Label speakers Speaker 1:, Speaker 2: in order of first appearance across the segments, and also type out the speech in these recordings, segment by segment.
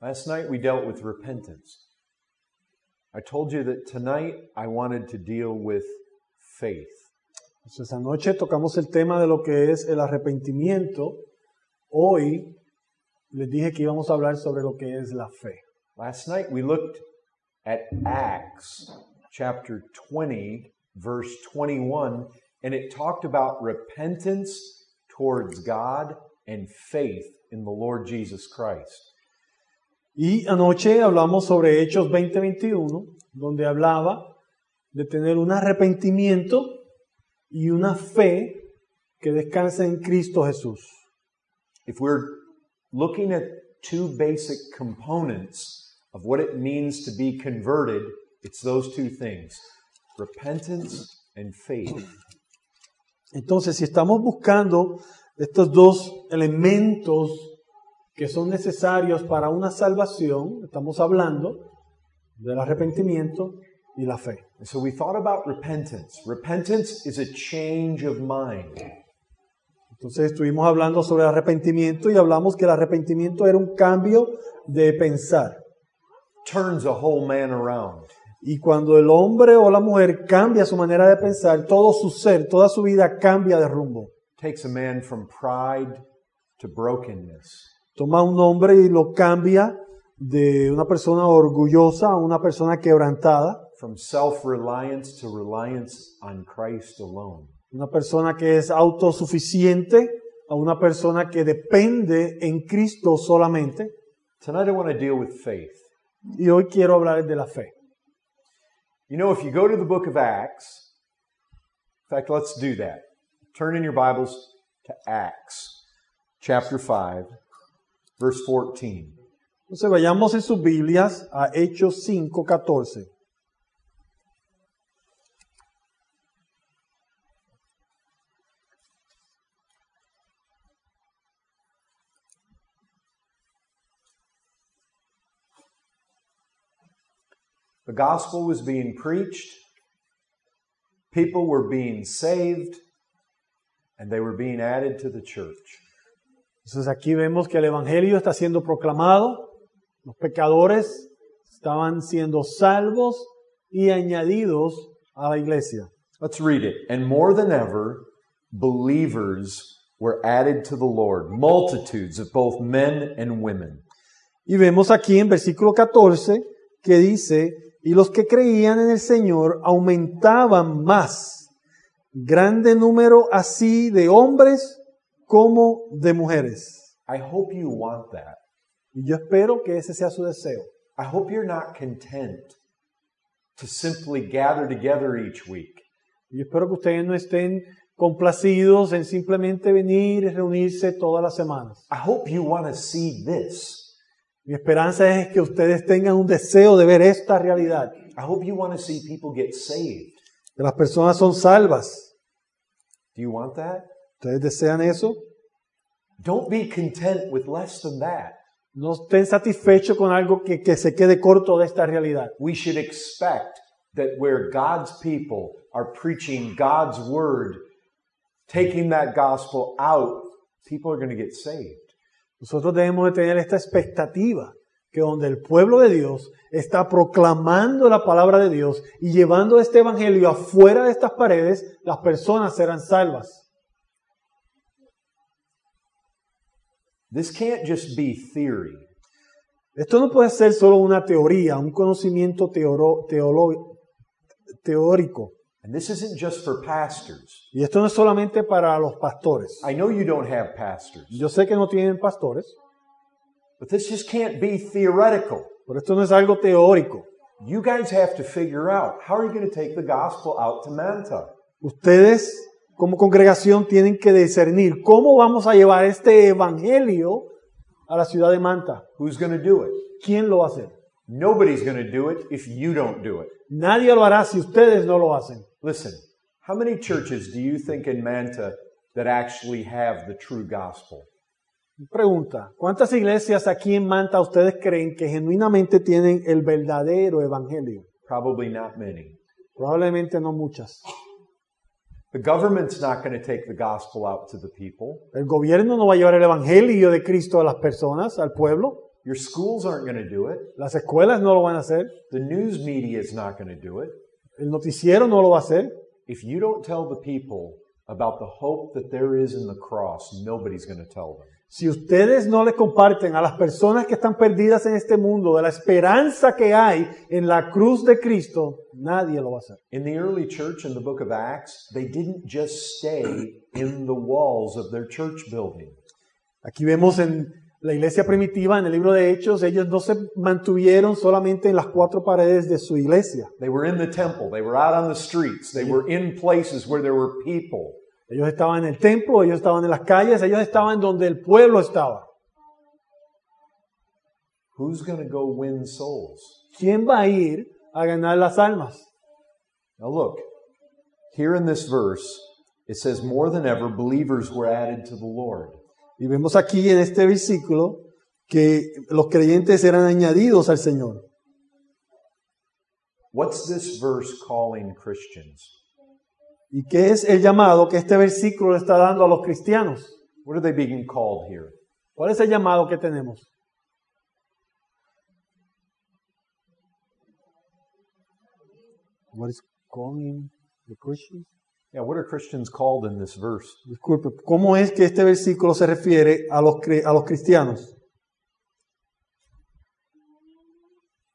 Speaker 1: Last night we dealt with repentance. I told you that tonight I wanted to deal with faith.
Speaker 2: Entonces anoche tocamos el tema de lo que es el arrepentimiento. Hoy les dije que íbamos a hablar sobre lo que es la fe.
Speaker 1: Last night we looked at Acts chapter 20, verse 21, and it talked about repentance towards God and faith in the Lord Jesus Christ.
Speaker 2: Y anoche hablamos sobre Hechos 20:21, donde hablaba de tener un arrepentimiento y una fe que descansa en Cristo Jesús.
Speaker 1: If we're looking at two basic components of what it means to be converted, it's those two things repentance and faith.
Speaker 2: Entonces, si estamos buscando estos dos elementos que son necesarios para una salvación, estamos hablando del arrepentimiento y la fe.
Speaker 1: And so we thought about repentance. Repentance is a change of mind.
Speaker 2: Entonces estuvimos hablando sobre arrepentimiento y hablamos que el arrepentimiento era un cambio de pensar.
Speaker 1: turns a whole man around.
Speaker 2: Y cuando el hombre o la mujer cambia su manera de pensar, todo su ser, toda su vida cambia de rumbo.
Speaker 1: Takes a man from pride to brokenness.
Speaker 2: Toma un hombre y lo cambia de una persona orgullosa a una persona quebrantada,
Speaker 1: from self reliance to reliance on Christ alone.
Speaker 2: una persona que es autosuficiente a una persona que depende en Cristo solamente.
Speaker 1: Tonight, I want to deal with faith.
Speaker 2: Y hoy quiero hablar de la fe.
Speaker 1: You know, if you go to the book of Acts, in fact, let's do that. Turn in your Bibles to Acts chapter 5, verse 14.
Speaker 2: Entonces vayamos en sus Biblias a Hechos 5:14.
Speaker 1: The gospel was being preached, people were being saved, and they were being added to the church.
Speaker 2: Entonces aquí vemos que el Evangelio está siendo proclamado, los pecadores estaban siendo salvos y añadidos a la iglesia.
Speaker 1: Let's read it. And more than ever, believers were added to the Lord, multitudes of both men and women.
Speaker 2: Y vemos aquí en versículo 14 que dice, y los que creían en el Señor aumentaban más, grande número así de hombres como de mujeres.
Speaker 1: I hope you want that.
Speaker 2: Y yo espero que ese sea su deseo.
Speaker 1: I hope you're not content to simply gather together each week.
Speaker 2: Yo espero que ustedes no estén complacidos en simplemente venir y reunirse todas las semanas.
Speaker 1: I hope you want to see this.
Speaker 2: Mi esperanza es que ustedes tengan un deseo de ver esta realidad.
Speaker 1: I hope you want to see people get saved.
Speaker 2: Que las personas son salvas.
Speaker 1: Do you want that?
Speaker 2: ¿Ustedes desean eso?
Speaker 1: Don't be content with less than that.
Speaker 2: No estén satisfechos con algo que, que se quede corto de esta realidad.
Speaker 1: We should expect that where God's people are preaching God's word, taking that gospel out, people are going to get saved.
Speaker 2: Nosotros debemos de tener esta expectativa que donde el pueblo de Dios está proclamando la palabra de Dios y llevando este evangelio afuera de estas paredes, las personas serán salvas.
Speaker 1: This can't just be theory.
Speaker 2: Esto no puede ser solo una teoría, un conocimiento teoro- teolo- teórico.
Speaker 1: And this isn't just for pastors.
Speaker 2: Y esto no es solamente para los pastores.
Speaker 1: I know you don't have pastors,
Speaker 2: Yo sé que no tienen pastores,
Speaker 1: but this just can't be theoretical.
Speaker 2: pero esto no es algo teórico.
Speaker 1: You guys have to figure out how are you going to take the gospel out to Manta?
Speaker 2: Ustedes como congregación tienen que discernir cómo vamos a llevar este evangelio a la ciudad de Manta.
Speaker 1: Who's going to do it?
Speaker 2: ¿Quién lo va a hacer?
Speaker 1: Nobody's going to do it if you don't do it.
Speaker 2: Nadie lo hará si ustedes no lo hacen.
Speaker 1: Listen, how many churches do you think in Manta that actually have the true gospel?
Speaker 2: Pregunta, ¿cuántas iglesias aquí en Manta ustedes creen que genuinamente tienen el verdadero evangelio?
Speaker 1: Probably not many.
Speaker 2: Probablemente no muchas.
Speaker 1: The government's not going to take the gospel out to the people.
Speaker 2: El gobierno no va a llevar el evangelio de Cristo a las personas, al pueblo.
Speaker 1: Your schools aren't going to do it.
Speaker 2: Las escuelas no lo van a hacer.
Speaker 1: The news media is not going to do it.
Speaker 2: El noticiero no lo va a hacer.
Speaker 1: If you don't tell the people about the hope that there is in the cross, nobody's going to tell them.
Speaker 2: Si ustedes no le comparten a las personas que están perdidas en este mundo de la esperanza que hay en la cruz de Cristo, nadie lo va a hacer.
Speaker 1: In the early church in the book of Acts, they didn't just stay in the walls of their church building.
Speaker 2: Aquí vemos en la iglesia primitiva, en el libro de Hechos, ellos no se mantuvieron solamente en las cuatro paredes de su iglesia.
Speaker 1: They were in the temple, they were out on the streets, they were in places where there were people.
Speaker 2: Ellos estaban en el templo, ellos estaban en las calles, ellos estaban donde el pueblo estaba.
Speaker 1: Who's going to go win souls?
Speaker 2: ¿Quién va a ir a ganar las almas?
Speaker 1: Now look, here in this verse, it says, More than ever, believers were added to the Lord.
Speaker 2: Y vemos aquí en este versículo que los creyentes eran añadidos al Señor.
Speaker 1: What's this verse calling Christians?
Speaker 2: ¿Y qué es el llamado que este versículo le está dando a los cristianos?
Speaker 1: What are they being called here?
Speaker 2: ¿Cuál es el llamado que tenemos? What is calling the Christians?
Speaker 1: Yeah, what are Christians called in this verse?
Speaker 2: Disculpe, ¿cómo es que este versículo se refiere a los, cre- a los cristianos?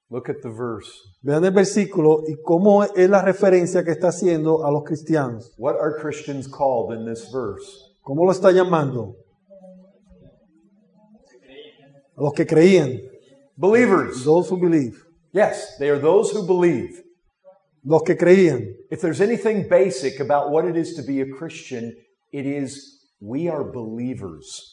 Speaker 1: Look at the verse.
Speaker 2: Vean el versículo y cómo es la referencia que está haciendo a los cristianos.
Speaker 1: What are Christians called in this verse?
Speaker 2: ¿Cómo lo está llamando? A los que creían.
Speaker 1: Believers.
Speaker 2: Those who believe.
Speaker 1: Yes, they are those who believe.
Speaker 2: Los que creían.
Speaker 1: If there's anything basic about what it is to be a Christian, it is we are believers.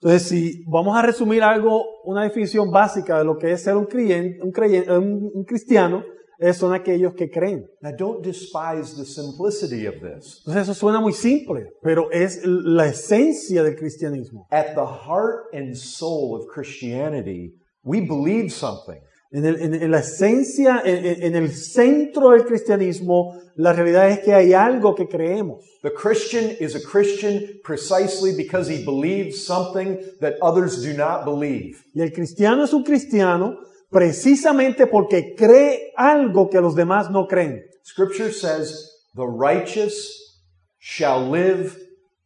Speaker 2: Entonces, si vamos a resumir algo, una definición básica de lo que es ser un, creyente, un, creyen- un- un cristiano, es, son aquellos que creen.
Speaker 1: Now, don't despise the simplicity of this.
Speaker 2: Entonces, eso suena muy simple, pero es l- la esencia del cristianismo.
Speaker 1: At the heart and soul of Christianity, we believe something.
Speaker 2: En, el- en- en la esencia, en, en- en el centro del cristianismo, la realidad es que hay algo que creemos.
Speaker 1: The Christian is a Christian precisely because he believes something that others do not believe.
Speaker 2: Y el cristiano es un cristiano precisamente porque cree algo que los demás no creen.
Speaker 1: Scripture says, the righteous shall live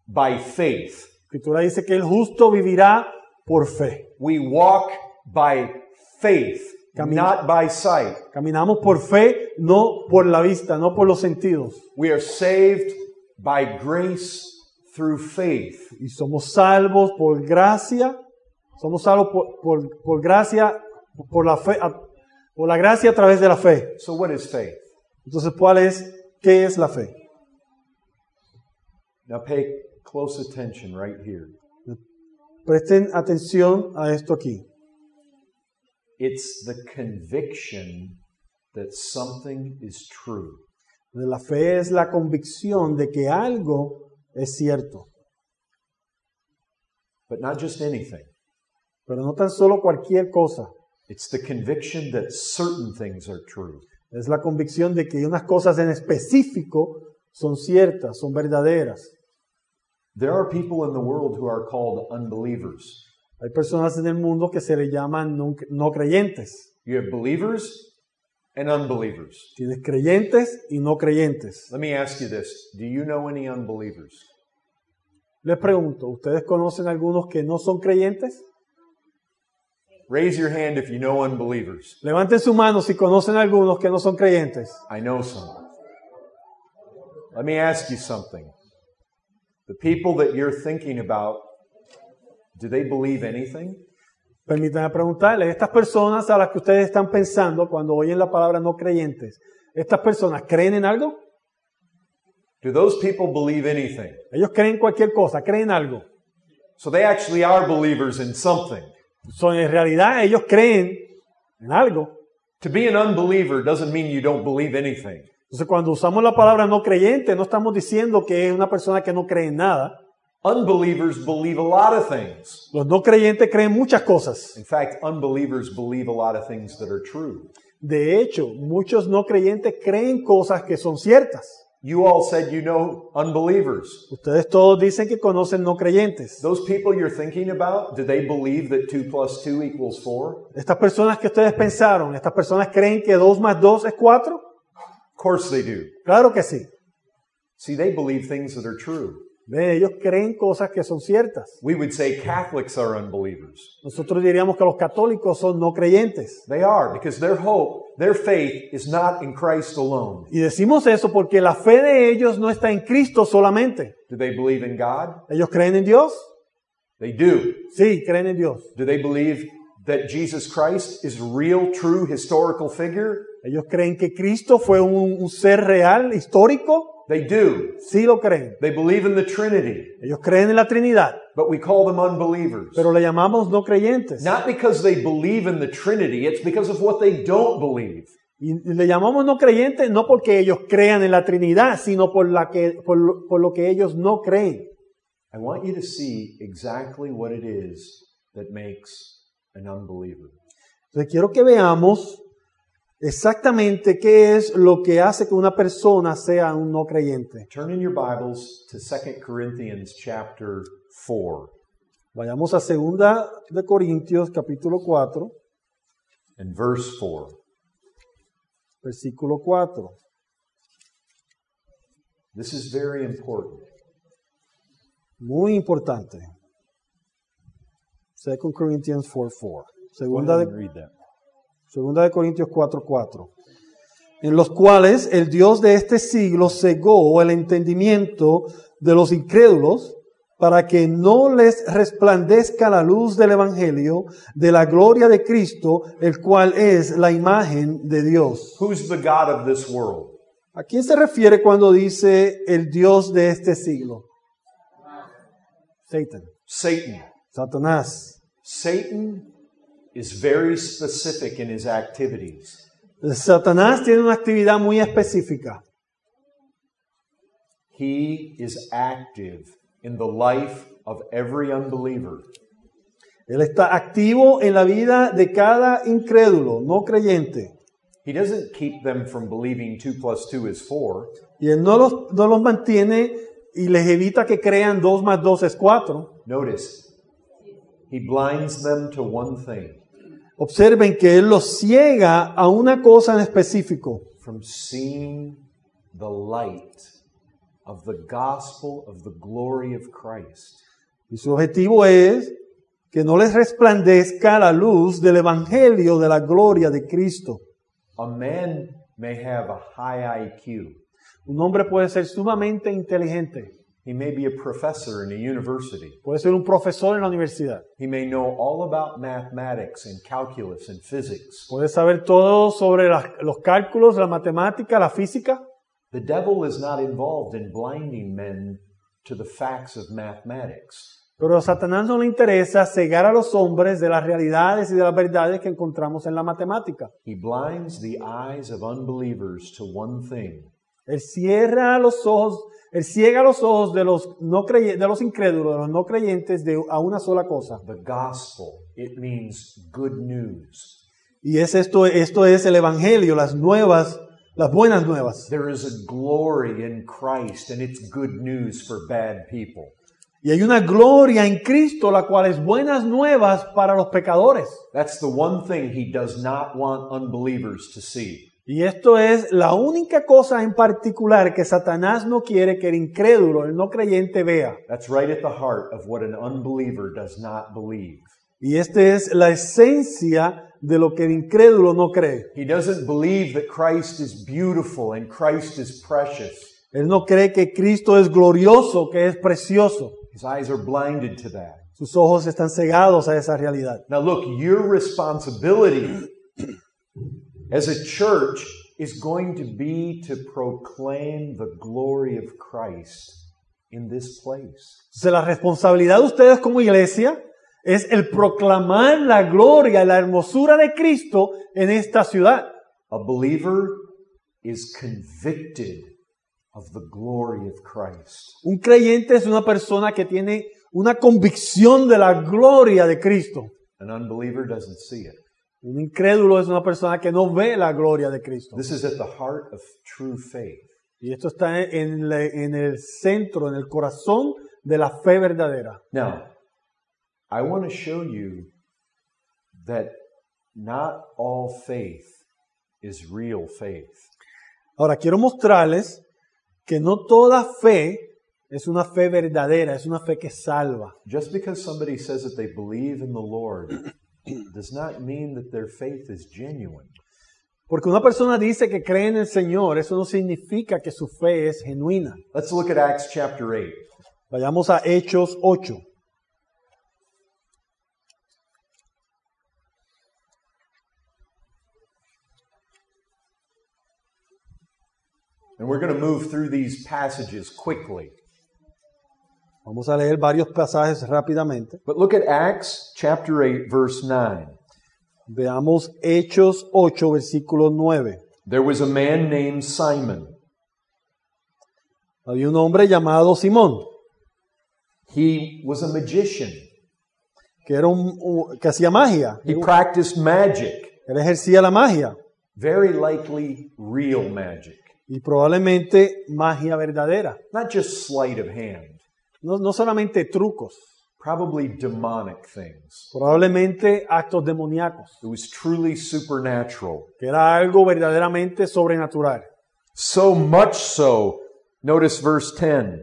Speaker 1: by faith.
Speaker 2: La escritura dice que el justo vivirá por fe.
Speaker 1: We walk by faith, not by sight.
Speaker 2: Caminamos por fe, no por la vista, no por los sentidos.
Speaker 1: We are saved by grace through faith.
Speaker 2: Y somos salvos por gracia, somos salvos por, por- por gracia, por la fe, a- por la gracia a través de la fe.
Speaker 1: So what is faith?
Speaker 2: Entonces, ¿cuál es, qué es la fe?
Speaker 1: Now pay close attention right here.
Speaker 2: Presten atención a esto aquí.
Speaker 1: It's the conviction that something is true.
Speaker 2: La fe es la convicción de que algo es cierto,
Speaker 1: But not just anything.
Speaker 2: pero no tan solo cualquier cosa.
Speaker 1: It's the conviction that certain things are true.
Speaker 2: Es la convicción de que unas cosas en específico son ciertas, son verdaderas.
Speaker 1: There are people in the world who are called unbelievers.
Speaker 2: Hay personas en el mundo que se le llaman no, no creyentes.
Speaker 1: You have believers and unbelievers.
Speaker 2: Tienes creyentes y no creyentes.
Speaker 1: Let me ask you this Do you know any unbelievers?
Speaker 2: Les pregunto, ¿ustedes conocen algunos que no son creyentes?
Speaker 1: Raise your hand if you know unbelievers.
Speaker 2: Levanten su mano si conocen algunos que no son creyentes.
Speaker 1: I know some. Let me ask you something. The people that you're thinking about, do they believe anything?
Speaker 2: Permítanme preguntarles, estas personas a las que ustedes están pensando cuando oyen la palabra no creyentes, ¿estas personas creen en algo?
Speaker 1: Do those people believe anything?
Speaker 2: Ellos creen cualquier cosa, creen algo.
Speaker 1: So they actually are believers in something.
Speaker 2: Son, en realidad ellos creen en algo.
Speaker 1: To be an unbeliever doesn't mean you don't believe anything.
Speaker 2: Entonces cuando usamos la palabra no creyente, no estamos diciendo que es una persona que no cree en nada.
Speaker 1: Unbelievers believe a lot of things.
Speaker 2: Los no creyentes creen muchas cosas.
Speaker 1: In fact, unbelievers believe a lot of things that are true.
Speaker 2: De hecho, muchos no creyentes creen cosas que son ciertas.
Speaker 1: You all said you know unbelievers.
Speaker 2: Ustedes todos dicen que conocen no creyentes.
Speaker 1: Those people you're thinking about, do they believe that 2 plus 2 equals 4?
Speaker 2: Estas personas que ustedes pensaron, estas personas creen que 2 más 2 es 4?
Speaker 1: Of course they do.
Speaker 2: Claro que sí.
Speaker 1: See, they believe things that are true.
Speaker 2: Ve, ellos creen cosas que son ciertas.
Speaker 1: We would say Catholics are unbelievers.
Speaker 2: Nosotros diríamos que los católicos son no creyentes.
Speaker 1: They are, because their hope, their faith is not in Christ alone.
Speaker 2: Y decimos eso porque la fe de ellos no está en Cristo solamente.
Speaker 1: Do they believe in God?
Speaker 2: ¿Ellos creen en Dios?
Speaker 1: They do.
Speaker 2: Sí, creen en Dios.
Speaker 1: Do they believe that Jesus Christ is a real, true historical figure?
Speaker 2: ¿Ellos creen que Cristo fue un, un ser real, histórico?
Speaker 1: They do.
Speaker 2: Sí lo creen.
Speaker 1: They believe in the Trinity,
Speaker 2: Ellos creen en la Trinidad,
Speaker 1: but we call them unbelievers.
Speaker 2: pero le llamamos no creyentes.
Speaker 1: Not because they believe in the Trinity, it's because of what they don't believe.
Speaker 2: Y le llamamos no creyentes no porque ellos crean en la Trinidad, sino por, la que, por, lo, por lo que ellos no creen.
Speaker 1: I want you to see exactly what it is that makes an unbeliever.
Speaker 2: Entonces quiero que veamos exactamente qué es lo que hace que una persona sea un no creyente.
Speaker 1: Turn in your Bibles to 2 Corinthians chapter 4
Speaker 2: Vayamos a 2 de Corintios capítulo 4,
Speaker 1: and verse 4.
Speaker 2: versículo 4.
Speaker 1: This is very important.
Speaker 2: Muy importante. 2 Corinthians 4:4.
Speaker 1: Go
Speaker 2: Segunda
Speaker 1: ahead
Speaker 2: de
Speaker 1: and read that.
Speaker 2: Segunda de Corintios 4:4, en los cuales el Dios de este siglo cegó el entendimiento de los incrédulos para que no les resplandezca la luz del Evangelio de la gloria de Cristo, el cual es la imagen de Dios.
Speaker 1: Who's the God of this world?
Speaker 2: ¿A quién se refiere cuando dice el Dios de este siglo? Satan,
Speaker 1: Satan.
Speaker 2: Satanás.
Speaker 1: Satan is very specific in his activities.
Speaker 2: Satanás tiene una actividad muy específica.
Speaker 1: He is active in the life of every unbeliever.
Speaker 2: Él está activo en la vida de cada incrédulo, no creyente.
Speaker 1: He doesn't keep them from believing 2 plus 2 is 4.
Speaker 2: Y él no los, no los mantiene y les evita que crean 2 más 2 es 4.
Speaker 1: Notice, he blinds them to one thing
Speaker 2: Observen que él los ciega a una cosa en específico,
Speaker 1: from seeing the light of the gospel of the glory of Christ.
Speaker 2: y su objetivo es que no les resplandezca la luz del Evangelio de la gloria de Cristo.
Speaker 1: A man may have a high IQ.
Speaker 2: Un hombre puede ser sumamente inteligente,
Speaker 1: He may be a professor in a university.
Speaker 2: puede ser un profesor en la universidad,
Speaker 1: He may know all about mathematics and calculus and physics.
Speaker 2: puede saber todo sobre las- los cálculos, la matemática, la física,
Speaker 1: The devil is not involved in blinding men to the facts of mathematics.
Speaker 2: Pero a Satanás no le interesa cegar a los hombres de las realidades y de las verdades que encontramos en la matemática.
Speaker 1: He blinds the eyes of unbelievers to one thing
Speaker 2: Él cierra los ojos, él ciega los ojos de los, no crey- de los incrédulos, de los no creyentes de, a una sola cosa.
Speaker 1: the gospel. It means good news.
Speaker 2: Y es esto, esto es el evangelio, las nuevas, las buenas nuevas.
Speaker 1: There is a glory in Christ, and it's good news for bad people.
Speaker 2: Y hay una gloria en Cristo, la cual es buenas nuevas para los pecadores.
Speaker 1: That's the one thing he does not want unbelievers to see.
Speaker 2: Y esto es la única cosa en particular que Satanás no quiere que el incrédulo, el no creyente vea.
Speaker 1: That's right at the heart of what an unbeliever does not believe.
Speaker 2: Y esta es la esencia de lo que el incrédulo no cree.
Speaker 1: He doesn't believe that Christ is beautiful and Christ is precious.
Speaker 2: Él no cree que Cristo es glorioso, que es precioso.
Speaker 1: His eyes are blinded to that.
Speaker 2: Sus ojos están cegados a esa realidad.
Speaker 1: Now, look, your responsibility as a church is going to be to proclaim the glory of Christ in this place.
Speaker 2: Entonces la responsabilidad de ustedes como iglesia es el proclamar la gloria, la hermosura de Cristo en esta ciudad.
Speaker 1: A believer is convicted of the glory of Christ.
Speaker 2: Un creyente es una persona que tiene una convicción de la gloria de Cristo.
Speaker 1: An unbeliever doesn't see it.
Speaker 2: Un incrédulo es una persona que no ve la gloria de Cristo.
Speaker 1: This is at the heart of true faith.
Speaker 2: Y esto está en, la- en el centro, en el corazón de la fe verdadera.
Speaker 1: Now, I want to show you that not all faith is real faith.
Speaker 2: Ahora, quiero mostrarles que no toda fe es una fe verdadera, es una fe que salva.
Speaker 1: Just because somebody says that they believe in the Lord does not mean that their faith is genuine.
Speaker 2: Porque una persona dice que cree en el Señor, eso no significa que su fe es genuina.
Speaker 1: Let's look at Acts chapter 8.
Speaker 2: Vayamos a Hechos 8.
Speaker 1: And we're going to move through these passages quickly.
Speaker 2: Vamos a leer varios pasajes rápidamente.
Speaker 1: But look at Acts chapter 8, verse 9.
Speaker 2: Veamos Hechos 8, versículo 9.
Speaker 1: There was a man named Simon.
Speaker 2: Había un hombre llamado Simón,
Speaker 1: He was a magician,
Speaker 2: que, era un, un- que hacía magia.
Speaker 1: he practiced magic,
Speaker 2: Él ejercía la magia
Speaker 1: very likely real magic,
Speaker 2: y probablemente magia verdadera.
Speaker 1: not just sleight of hand,
Speaker 2: No, no solamente trucos,
Speaker 1: probably demonic things.
Speaker 2: probablemente actos demoníacos,
Speaker 1: It was truly supernatural.
Speaker 2: que era algo verdaderamente sobrenatural.
Speaker 1: So much so, notice verse 10.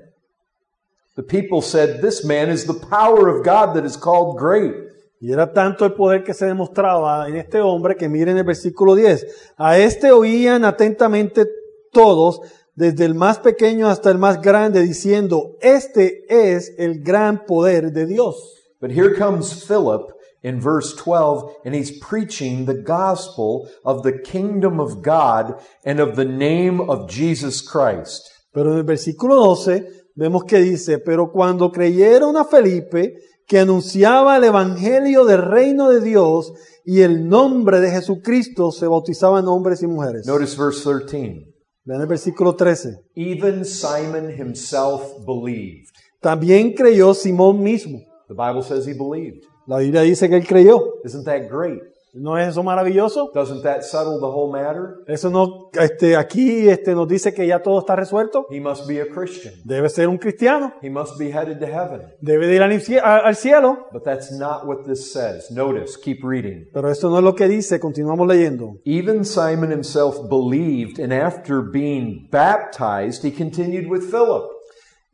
Speaker 1: The people said, This man is the power of God that is called great.
Speaker 2: Y era tanto el poder que se demostraba en este hombre que miren el versículo 10. A este oían atentamente todos, desde el más pequeño hasta el más grande, diciendo, este es el gran poder de Dios.
Speaker 1: But here comes Philip in verse 12, and he's preaching the gospel of the kingdom of God and of the name of Jesus Christ.
Speaker 2: Pero en el versículo 12 vemos que dice, pero cuando creyeron a Felipe, que anunciaba el evangelio del reino de Dios y el nombre de Jesucristo, se bautizaban hombres y mujeres.
Speaker 1: Notice verse 13.
Speaker 2: Vean el versículo 13.
Speaker 1: Even Simon himself believed.
Speaker 2: También creyó Simón mismo.
Speaker 1: The Bible says he believed.
Speaker 2: La Biblia dice que él creyó.
Speaker 1: Isn't that great?
Speaker 2: ¿No es eso maravilloso?
Speaker 1: Doesn't that settle the whole matter?
Speaker 2: Eso no, este, aquí este, nos dice que ya todo está resuelto.
Speaker 1: He must be a Christian.
Speaker 2: Debe ser un cristiano.
Speaker 1: He must be headed to heaven.
Speaker 2: Debe de ir al, incie- a- al cielo.
Speaker 1: But that's not what this says. Notice, keep reading.
Speaker 2: Pero eso no es lo que dice. Continuamos leyendo.
Speaker 1: Even Simon himself believed, and after being baptized, he continued with Philip.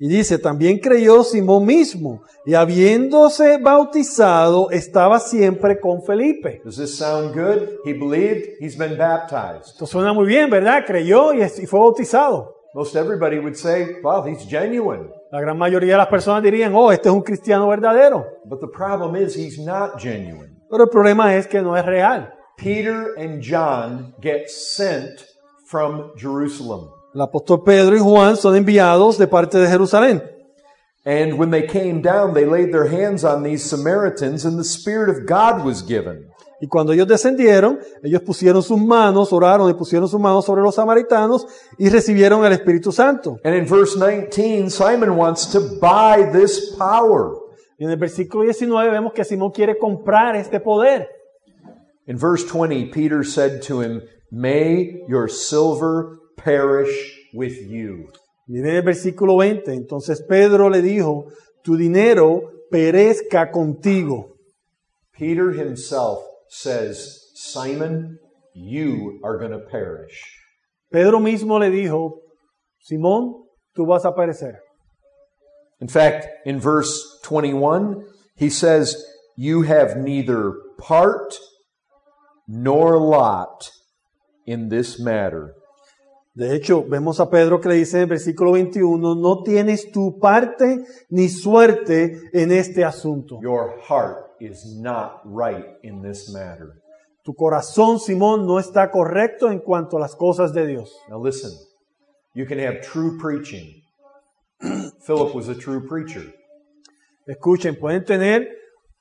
Speaker 2: Y dice, también creyó Simón mismo. Y habiéndose bautizado, estaba siempre con Felipe.
Speaker 1: Does this sound good? He believed, he's been baptized.
Speaker 2: Esto suena muy bien, ¿verdad? Creyó y, es- y fue bautizado.
Speaker 1: Most everybody would say, wow, he's genuine.
Speaker 2: La gran mayoría de las personas dirían, oh, este es un cristiano verdadero.
Speaker 1: But the problem is, he's not genuine.
Speaker 2: Pero el problema es que no es real.
Speaker 1: Peter and John get sent from Jerusalem.
Speaker 2: El apóstol Pedro y Juan son enviados de parte de Jerusalén.
Speaker 1: And when they came down, they laid their hands on these Samaritans, and the Spirit of God was given.
Speaker 2: Y cuando ellos descendieron, ellos pusieron sus manos, oraron y pusieron sus manos sobre los samaritanos y recibieron el Espíritu Santo.
Speaker 1: And in verse 19, Simon wants to buy this power.
Speaker 2: Y en el versículo 19 vemos que Simón quiere comprar este poder.
Speaker 1: In verse 20, Peter said to him, May your silver perish with you.
Speaker 2: Miren el versículo 20. Entonces Pedro le dijo, tu dinero perezca contigo.
Speaker 1: Peter himself says, Simon, you are going to perish.
Speaker 2: Pedro mismo le dijo, Simón, tú vas a perecer.
Speaker 1: In fact, in verse 21, he says, You have neither part nor lot in this matter.
Speaker 2: De hecho, vemos a Pedro que le dice en el versículo 21, no tienes tu parte ni suerte en este asunto.
Speaker 1: Your heart is not right in this matter.
Speaker 2: Tu corazón, Simón, no está correcto en cuanto a las cosas de Dios.
Speaker 1: Now listen, you can have true preaching. Philip was a true preacher.
Speaker 2: Escuchen, pueden tener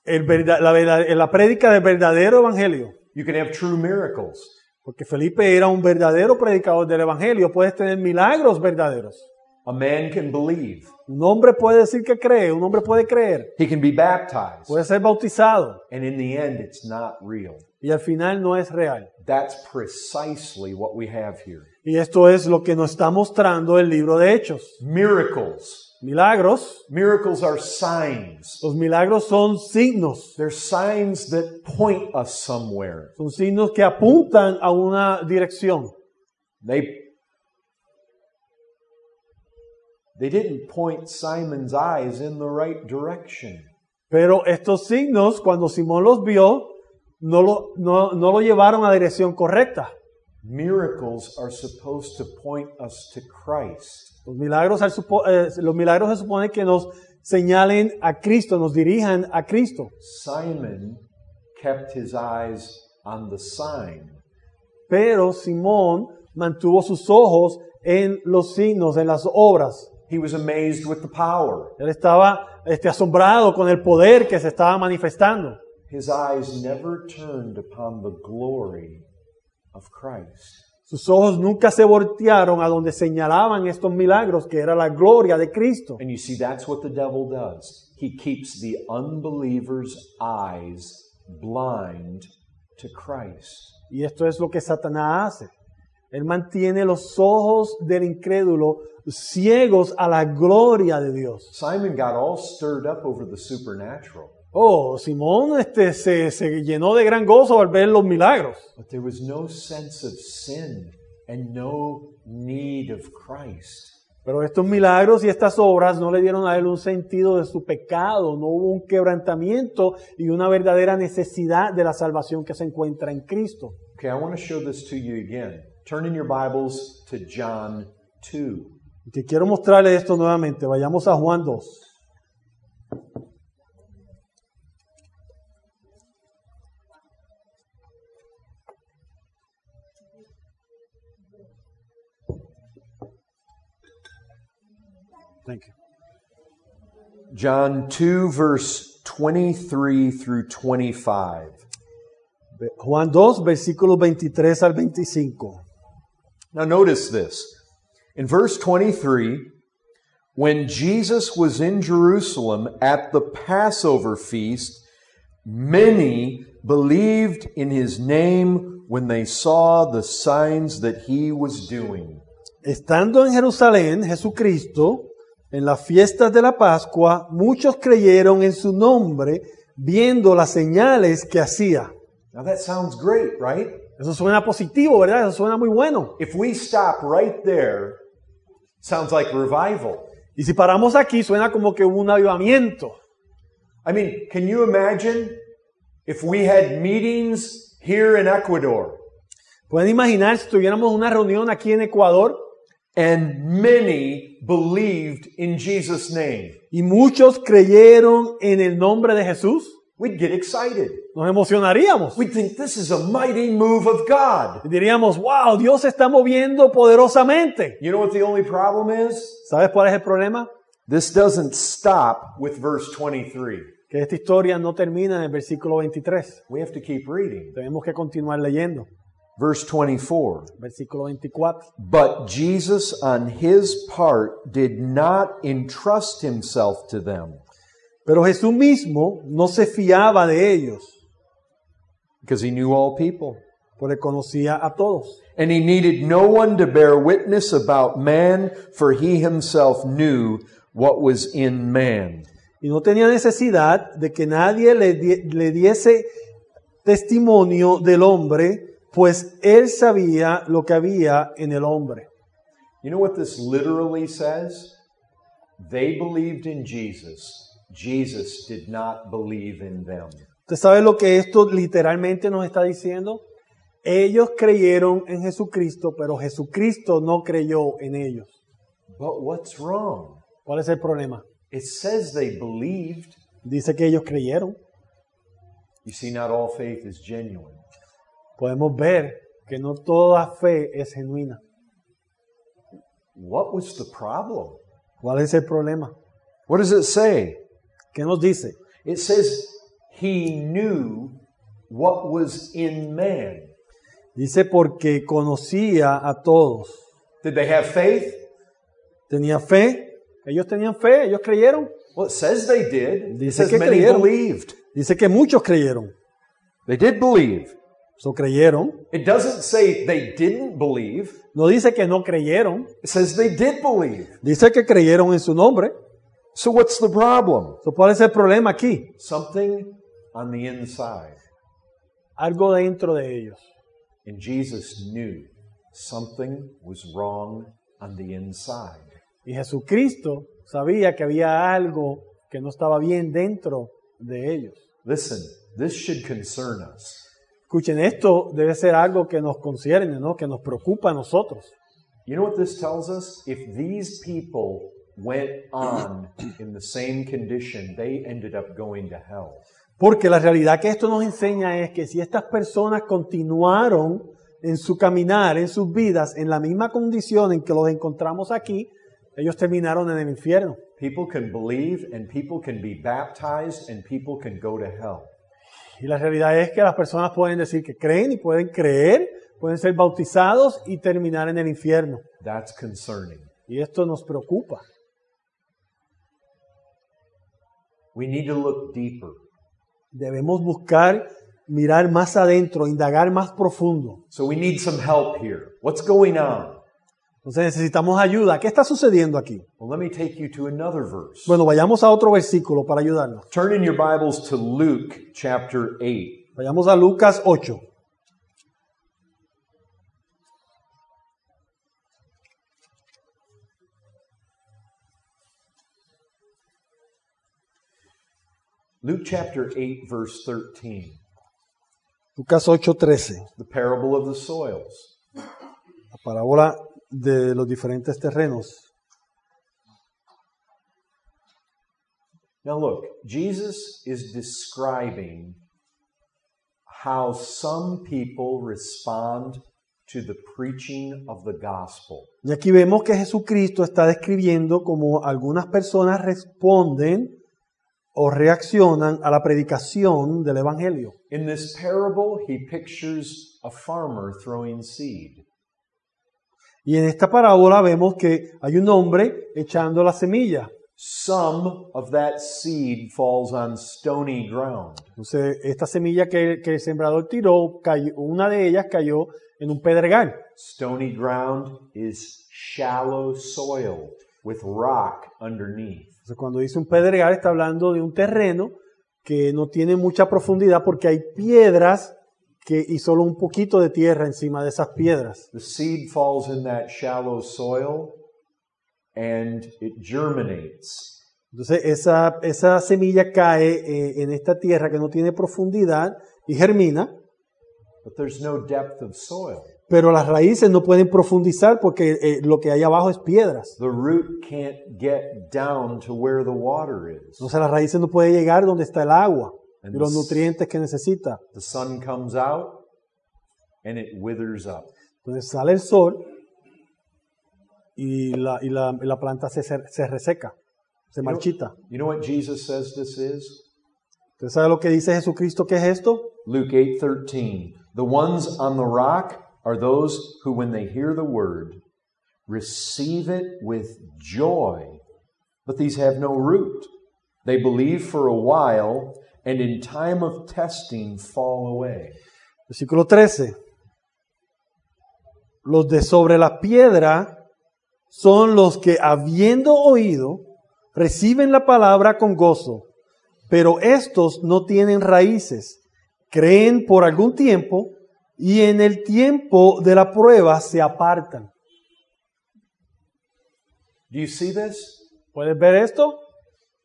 Speaker 2: el verda- la, verda- la prédica del verdadero evangelio.
Speaker 1: You can have true miracles.
Speaker 2: Porque Felipe era un verdadero predicador del evangelio. Puedes tener milagros verdaderos.
Speaker 1: A man can believe,
Speaker 2: Un hombre puede decir que cree, un hombre puede creer,
Speaker 1: he can be baptized,
Speaker 2: puede ser bautizado
Speaker 1: and in the end, it's not real.
Speaker 2: y al final no es real.
Speaker 1: That's precisely what we have here.
Speaker 2: Y esto es lo que nos está mostrando el libro de Hechos.
Speaker 1: Miracles.
Speaker 2: Milagros,
Speaker 1: Miracles are signs.
Speaker 2: los milagros son signos,
Speaker 1: They're signs that point us somewhere.
Speaker 2: son signos que apuntan a una dirección.
Speaker 1: They They didn't point Simon's eyes in the right direction.
Speaker 2: Pero estos signos, cuando Simón los vio, no lo, no- no lo llevaron a la dirección correcta.
Speaker 1: Miracles are supposed to point us to Christ.
Speaker 2: Los milagros, al supo- eh, los milagros se supone que nos señalen a Cristo, nos dirijan a Cristo.
Speaker 1: Simon kept his eyes on the sign.
Speaker 2: Pero Simón mantuvo sus ojos en los signos, en las obras.
Speaker 1: He was amazed with the power.
Speaker 2: Él estaba este, asombrado con el poder que se estaba manifestando.
Speaker 1: His eyes never turned upon the glory of Christ.
Speaker 2: Sus ojos nunca se voltearon a donde señalaban estos milagros, que era la gloria de Cristo.
Speaker 1: And you see, that's what the devil does. He keeps the unbeliever's eyes blind to Christ.
Speaker 2: Y esto es lo que Satanás hace. Él mantiene los ojos del incrédulo ciegos a la gloria de Dios.
Speaker 1: Simon got all stirred up over the supernatural,
Speaker 2: Oh, Simón este, se, se llenó de gran gozo al ver los milagros.
Speaker 1: but there was no sense of sin and no need of Christ.
Speaker 2: Pero estos milagros y estas obras no le dieron a él un sentido de su pecado, no hubo un quebrantamiento y una verdadera necesidad de la salvación que se encuentra en Cristo.
Speaker 1: Okay, I want to show this to you again. Turn in your Bibles to John 2.
Speaker 2: Y te quiero mostrarle esto nuevamente, vayamos a Juan 2. Thank you.
Speaker 1: John 2, verse 23 through 25.
Speaker 2: Ve- Juan 2, versículos 23 al 25.
Speaker 1: Now, notice this. In verse 23, when Jesus was in Jerusalem at the Passover feast, many believed in his name when they saw the signs that he was doing.
Speaker 2: Estando en Jerusalén, Jesucristo, en las fiestas de la Pascua, muchos creyeron en su nombre, viendo las señales que hacía.
Speaker 1: Now, that sounds great, right?
Speaker 2: Eso suena positivo, ¿verdad? Eso suena muy bueno.
Speaker 1: If we stop right there, sounds like revival.
Speaker 2: Y si paramos aquí, suena como que hubo un avivamiento.
Speaker 1: I mean, can you imagine if we had meetings here in Ecuador
Speaker 2: Pueden imaginar si tuviéramos una reunión aquí en Ecuador
Speaker 1: and many believed in Jesus' name?
Speaker 2: y muchos creyeron en el nombre de Jesús,
Speaker 1: We'd get excited.
Speaker 2: nos emocionaríamos.
Speaker 1: We'd think this is a mighty move of God.
Speaker 2: Y diríamos, wow, Dios se está moviendo poderosamente.
Speaker 1: You know what the only problem is?
Speaker 2: ¿Sabes cuál es el problema?
Speaker 1: This doesn't stop with verse 23.
Speaker 2: Que esta historia no termina en el versículo 23.
Speaker 1: We have to keep reading.
Speaker 2: Tenemos que continuar leyendo.
Speaker 1: Verse 24.
Speaker 2: Versículo 24.
Speaker 1: But Jesus, on his part, did not entrust himself to them
Speaker 2: Pero Jesús mismo no se fiaba de ellos,
Speaker 1: because he knew all people.
Speaker 2: porque conocía a todos.
Speaker 1: And he needed no one to bear witness about man, for he himself knew what was in man.
Speaker 2: Y no tenía necesidad de que nadie le, di- le diese testimonio del hombre, pues él sabía lo que había en el hombre.
Speaker 1: You know what this literally says? They believed in Jesus. Jesus did not believe in them.
Speaker 2: ¿Usted sabe lo que esto literalmente nos está diciendo? Ellos creyeron en Jesucristo, pero Jesucristo no creyó en ellos.
Speaker 1: But what's wrong?
Speaker 2: ¿Cuál es el problema?
Speaker 1: It says they believed.
Speaker 2: Dice que ellos creyeron.
Speaker 1: You see, not all faith is genuine.
Speaker 2: podemos ver que no toda fe es genuina.
Speaker 1: What was the problem?
Speaker 2: ¿Cuál es el problema?
Speaker 1: What does it say?
Speaker 2: ¿Qué nos dice?
Speaker 1: It says he knew what was in man.
Speaker 2: Dice porque conocía a todos.
Speaker 1: Did they have faith?
Speaker 2: Tenía fe. Ellos tenían fe, ellos creyeron.
Speaker 1: Well, it says they did. It
Speaker 2: Dice
Speaker 1: says
Speaker 2: que
Speaker 1: many
Speaker 2: creyeron.
Speaker 1: believed.
Speaker 2: Dice que muchos creyeron.
Speaker 1: They did believe.
Speaker 2: So creyeron.
Speaker 1: It doesn't say they didn't believe.
Speaker 2: No dice que no creyeron.
Speaker 1: It says they did believe.
Speaker 2: Dice que creyeron en su nombre.
Speaker 1: So what's the problem?
Speaker 2: So, ¿Cuál es el problema aquí?
Speaker 1: Something on the inside.
Speaker 2: Algo dentro de ellos.
Speaker 1: And Jesus knew something was wrong on the inside.
Speaker 2: Y Jesucristo sabía que había algo que no estaba bien dentro de ellos.
Speaker 1: Listen, this should concern us.
Speaker 2: Escuchen, esto debe ser algo que nos concierne, ¿no? que nos preocupa a nosotros.
Speaker 1: You know what this tells us? If these people went on in the same condition, they ended up going to hell.
Speaker 2: Porque la realidad que esto nos enseña es que si estas personas continuaron en su caminar, en sus vidas, en la misma condición en que los encontramos aquí, ellos terminaron en el infierno.
Speaker 1: People can believe and people can be baptized and people can go to hell.
Speaker 2: Y la realidad es que las personas pueden decir que creen y pueden creer, pueden ser bautizados y terminar en el infierno.
Speaker 1: That's concerning.
Speaker 2: Y esto nos preocupa.
Speaker 1: We need to look deeper.
Speaker 2: Debemos buscar, mirar más adentro, indagar más profundo.
Speaker 1: So we need some help here. What's going on?
Speaker 2: Entonces necesitamos ayuda. ¿Qué está sucediendo aquí?
Speaker 1: Well, let me take you to another verse.
Speaker 2: Bueno, vayamos a otro versículo para ayudarnos.
Speaker 1: Turn in your Bibles to Luke chapter 8.
Speaker 2: Vayamos a Lucas 8.
Speaker 1: Luke chapter 8, verse 13.
Speaker 2: Lucas 8:13,
Speaker 1: The parable of the soils.
Speaker 2: la parábola de los diferentes terrenos.
Speaker 1: Now, look, Jesus is describing how some people respond to the preaching of the gospel.
Speaker 2: Y aquí vemos que Jesucristo está describiendo cómo algunas personas responden o reaccionan a la predicación del Evangelio.
Speaker 1: In this parable, he pictures a farmer throwing seed.
Speaker 2: Y en esta parábola vemos que hay un hombre echando la semilla.
Speaker 1: Some of that seed falls on stony ground.
Speaker 2: Entonces, esta semilla que, que el sembrador tiró, cayó- una de ellas cayó en un pedregal.
Speaker 1: Stony ground is shallow soil with rock underneath.
Speaker 2: Entonces, cuando dice un pedregal, está hablando de un terreno que no tiene mucha profundidad porque hay piedras que, y solo un poquito de tierra encima de esas piedras.
Speaker 1: The seed falls in that shallow soil and it germinates.
Speaker 2: Entonces, esa, esa semilla cae eh, en esta tierra que no tiene profundidad y germina,
Speaker 1: But there's no depth of soil.
Speaker 2: pero las raíces no pueden profundizar porque eh, lo que hay abajo es piedras.
Speaker 1: The root can't get down to where the water is.
Speaker 2: Entonces, las raíces no pueden llegar donde está el agua y los nutrientes que necesita.
Speaker 1: The sun comes out and it withers up.
Speaker 2: Entonces, sale el sol y la, y la- la planta se, se reseca, se marchita.
Speaker 1: You know what Jesus says this is?
Speaker 2: ¿Usted sabe lo que dice Jesucristo que es esto?
Speaker 1: Luke 8:13 The ones on the rock are those who when they hear the word receive it with joy but these have no root they believe for a while and in time of testing fall away
Speaker 2: Versículo 13. Los de sobre la piedra son los que habiendo oído, reciben la palabra con gozo, pero estos no tienen raíces, creen por algún tiempo y en el tiempo de la prueba se apartan.
Speaker 1: Do you see this?
Speaker 2: ¿Puedes ver esto?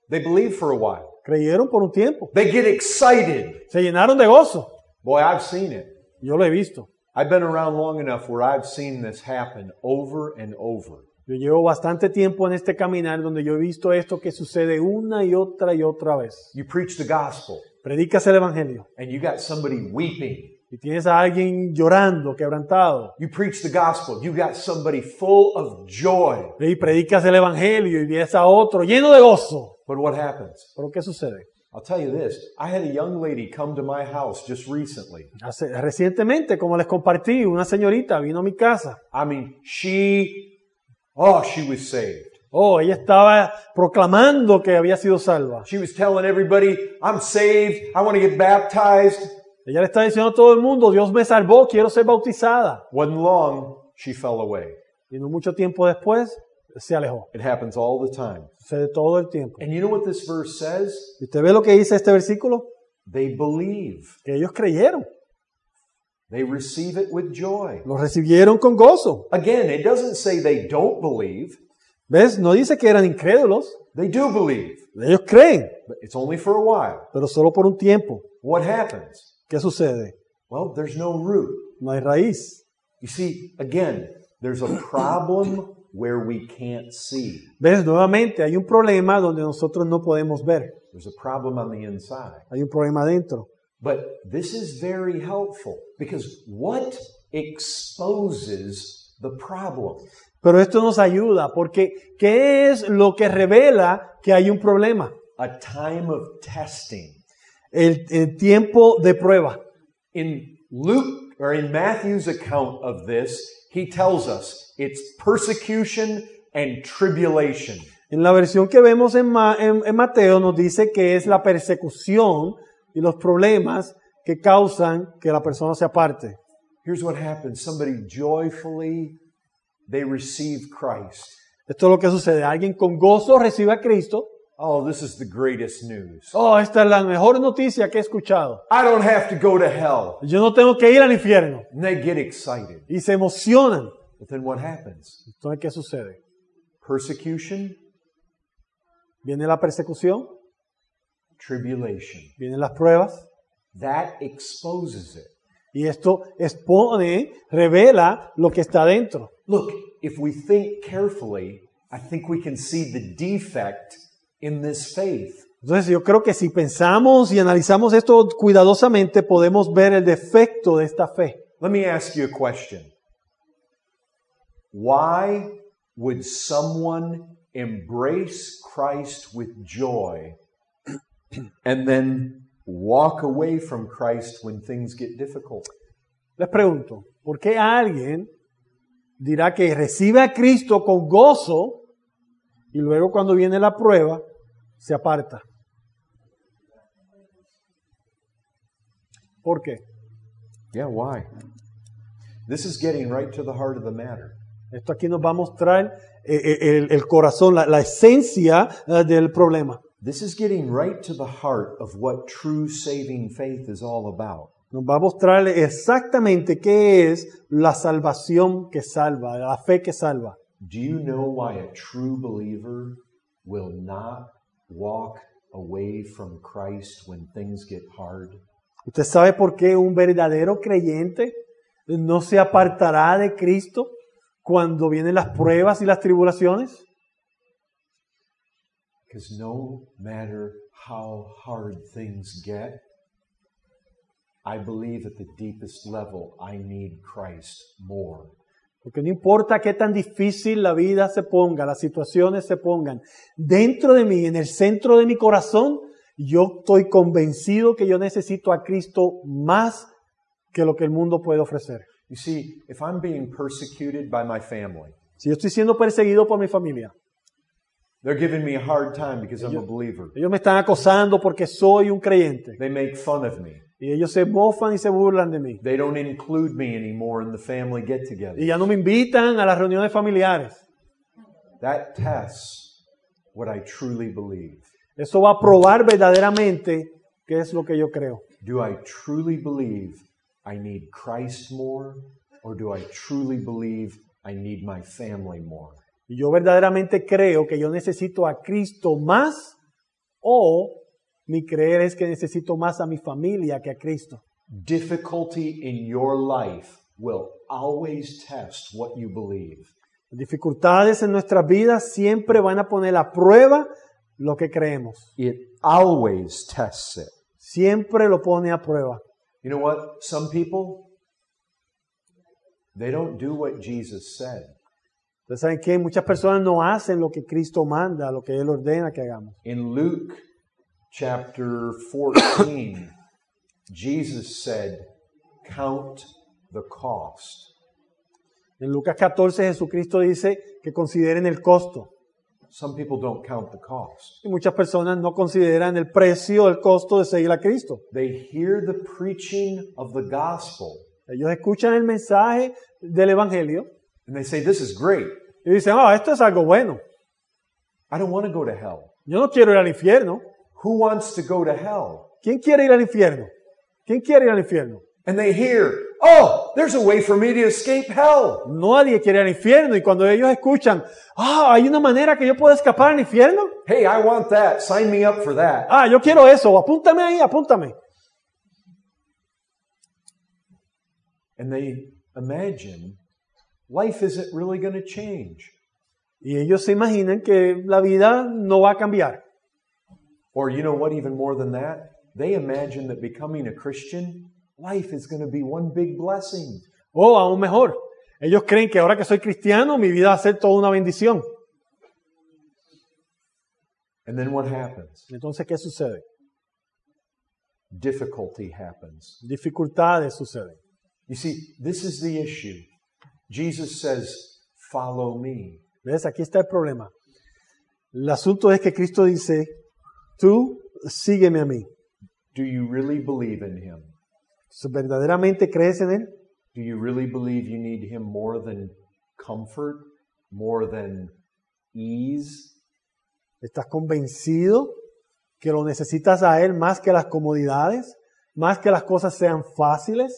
Speaker 1: They believe for a while.
Speaker 2: Creyeron por un tiempo.
Speaker 1: They get excited.
Speaker 2: Se llenaron de gozo.
Speaker 1: Boy, I've seen it.
Speaker 2: Yo lo he visto.
Speaker 1: I've been around long enough where I've seen this happen over and over.
Speaker 2: Yo llevo bastante tiempo en este caminar donde yo he visto esto que sucede una y otra y otra vez.
Speaker 1: You preach the gospel
Speaker 2: Predicas el Evangelio
Speaker 1: and you got somebody weeping
Speaker 2: y tienes a alguien llorando, quebrantado.
Speaker 1: You preach the gospel. You got somebody full of joy.
Speaker 2: Y predicas el Evangelio y ves a otro lleno de gozo.
Speaker 1: But what happens?
Speaker 2: Pero ¿qué sucede?
Speaker 1: I'll tell you this. I had a young lady come to my house just recently.
Speaker 2: Hace- recientemente, como les compartí, una señorita vino a mi casa.
Speaker 1: I mean, she, oh, she was saved.
Speaker 2: Oh, ella estaba proclamando que había sido salva.
Speaker 1: She was telling everybody, I'm saved, I want to get baptized.
Speaker 2: Ella le está diciendo a todo el mundo, Dios me salvó, quiero ser bautizada.
Speaker 1: Wasn't long, she fell away.
Speaker 2: Y no mucho tiempo después se alejó.
Speaker 1: It happens all the time.
Speaker 2: Sucede todo el tiempo.
Speaker 1: And you know what this verse says?
Speaker 2: ¿Y usted ve lo que dice este versículo?
Speaker 1: They believe,
Speaker 2: Que ellos creyeron,
Speaker 1: they receive it with joy.
Speaker 2: lo recibieron con gozo.
Speaker 1: Again, it doesn't say they don't believe,
Speaker 2: ¿Ves? No dice que eran incrédulos.
Speaker 1: they do believe,
Speaker 2: Ellos creen,
Speaker 1: but it's only for a while.
Speaker 2: pero solo por un tiempo.
Speaker 1: What happens?
Speaker 2: ¿Qué sucede?
Speaker 1: Well, there's no root.
Speaker 2: No hay raíz.
Speaker 1: You see, again, there's a problem where we can't see.
Speaker 2: ¿Ves? Nuevamente, hay un problema donde nosotros no podemos ver.
Speaker 1: There's a problem on the inside.
Speaker 2: Hay un problema adentro.
Speaker 1: But this is very helpful because what exposes the problem?
Speaker 2: Pero esto nos ayuda porque ¿qué es lo que revela que hay un problema?
Speaker 1: A time of testing.
Speaker 2: El, el tiempo de prueba.
Speaker 1: In Luke or in Matthew's account of this, he tells us it's persecution and tribulation.
Speaker 2: En la versión que vemos en, Ma- en- en Mateo nos dice que es la persecución y los problemas que causan que la persona se aparte.
Speaker 1: Here's what happens somebody joyfully, they receive Christ.
Speaker 2: Esto es lo que sucede. Alguien con gozo recibe a Cristo.
Speaker 1: Oh, this is the greatest news.
Speaker 2: Oh, esta es la mejor noticia que he escuchado.
Speaker 1: I don't have to go to hell.
Speaker 2: Yo no tengo que ir al infierno.
Speaker 1: And they get excited.
Speaker 2: Y se emocionan.
Speaker 1: But then what happens?
Speaker 2: Entonces, ¿qué sucede?
Speaker 1: Persecution,
Speaker 2: Viene la persecución,
Speaker 1: tribulation.
Speaker 2: vienen las pruebas.
Speaker 1: That exposes it.
Speaker 2: Y esto expone, revela lo que está dentro.
Speaker 1: Look, if we think carefully, I think we can see the defect in this faith.
Speaker 2: Entonces yo creo que si pensamos y analizamos esto cuidadosamente, podemos ver el defecto de esta fe.
Speaker 1: Let me ask you a question. Why would someone embrace Christ with joy and then walk away from Christ when things get difficult?
Speaker 2: Les pregunto, ¿por qué alguien dirá que recibe a Cristo con gozo y luego cuando viene la prueba se aparta? ¿Por qué?
Speaker 1: Yeah, why? This is getting right to the heart of the matter.
Speaker 2: Esto aquí nos va a mostrar eh, eh, el, el corazón, la, la esencia eh, del problema.
Speaker 1: This is getting right to the heart of what true saving faith is all about.
Speaker 2: Nos va a mostrar exactamente qué es la salvación que salva, la fe que salva.
Speaker 1: Do you know why a true believer will not walk away from Christ when things get hard?
Speaker 2: ¿Usted sabe por qué un verdadero creyente no se apartará de Cristo cuando vienen las pruebas y las tribulaciones?
Speaker 1: Because no matter how hard things get, I believe at the deepest level I need Christ more.
Speaker 2: Porque no importa qué tan difícil la vida se ponga, las situaciones se pongan, dentro de mí, en el centro de mi corazón, yo estoy convencido que yo necesito a Cristo más que lo que el mundo puede ofrecer.
Speaker 1: You see, if I'm being persecuted by my family,
Speaker 2: Si yo estoy siendo perseguido por mi familia,
Speaker 1: They're giving me a hard time because I'm a believer.
Speaker 2: ellos me están acosando porque soy un creyente,
Speaker 1: They make fun of me.
Speaker 2: y ellos se mofan y se burlan de mí,
Speaker 1: They don't include me anymore in the family get together.
Speaker 2: y ya no me invitan a las reuniones familiares.
Speaker 1: That tests what I truly believe.
Speaker 2: Eso va a probar verdaderamente qué es lo que yo creo.
Speaker 1: Do I truly believe I need Christ more, or do I truly believe I need my family more?
Speaker 2: Y yo verdaderamente creo que yo necesito a Cristo más o mi creer es que necesito más a mi familia que a Cristo.
Speaker 1: Difficulty in your life will always test what you believe.
Speaker 2: Las dificultades en nuestras vidas siempre van a poner a prueba lo que creemos.
Speaker 1: It always tests it.
Speaker 2: Siempre lo pone a prueba.
Speaker 1: You know what? Some people, they don't do what Jesus said.
Speaker 2: Ustedes saben que muchas personas no hacen lo que Cristo manda, lo que Él ordena que hagamos.
Speaker 1: In Luke chapter 14, Jesus said, Count the cost.
Speaker 2: En Lucas 14 Jesucristo dice que consideren el costo.
Speaker 1: Some people don't count the cost.
Speaker 2: Y muchas personas no consideran el precio, el costo de seguir a Cristo.
Speaker 1: They hear the preaching of the gospel
Speaker 2: Ellos escuchan el mensaje del Evangelio
Speaker 1: and they say, This is great.
Speaker 2: y dicen, ah, esto es algo bueno.
Speaker 1: I don't want to go to hell.
Speaker 2: Yo no quiero ir al infierno.
Speaker 1: Who wants to go to hell?
Speaker 2: ¿Quién quiere ir al infierno? ¿Quién quiere ir al infierno?
Speaker 1: And they hear, Oh, there's a way for me to escape hell.
Speaker 2: Nadie quiere ir al infierno. Y cuando ellos escuchan, ah, hay una manera que yo pueda escapar al infierno.
Speaker 1: Hey, I want that. Sign me up for that.
Speaker 2: Ah, yo quiero eso. Apúntame ahí, apúntame.
Speaker 1: And they imagine life isn't really going to change.
Speaker 2: Y ellos se imaginan que la vida no va a cambiar.
Speaker 1: Or, you know what, even more than that, they imagine that becoming a Christian, life is going to be one big blessing.
Speaker 2: O aún mejor, ellos creen que ahora que soy cristiano, mi vida va a ser toda una bendición.
Speaker 1: And then what happens?
Speaker 2: Entonces, ¿qué sucede?
Speaker 1: Difficulty happens.
Speaker 2: Dificultades suceden.
Speaker 1: You see, this is the issue. Jesus says, Follow me.
Speaker 2: ¿Ves? Aquí está el problema. El asunto es que Cristo dice, tú sígueme a mí.
Speaker 1: Do you really believe in him?
Speaker 2: Entonces, ¿Verdaderamente crees en Él?
Speaker 1: Do you really believe you need him more than comfort, more than ease?
Speaker 2: ¿Estás convencido que lo necesitas a Él más que las comodidades? ¿Más que las cosas sean fáciles?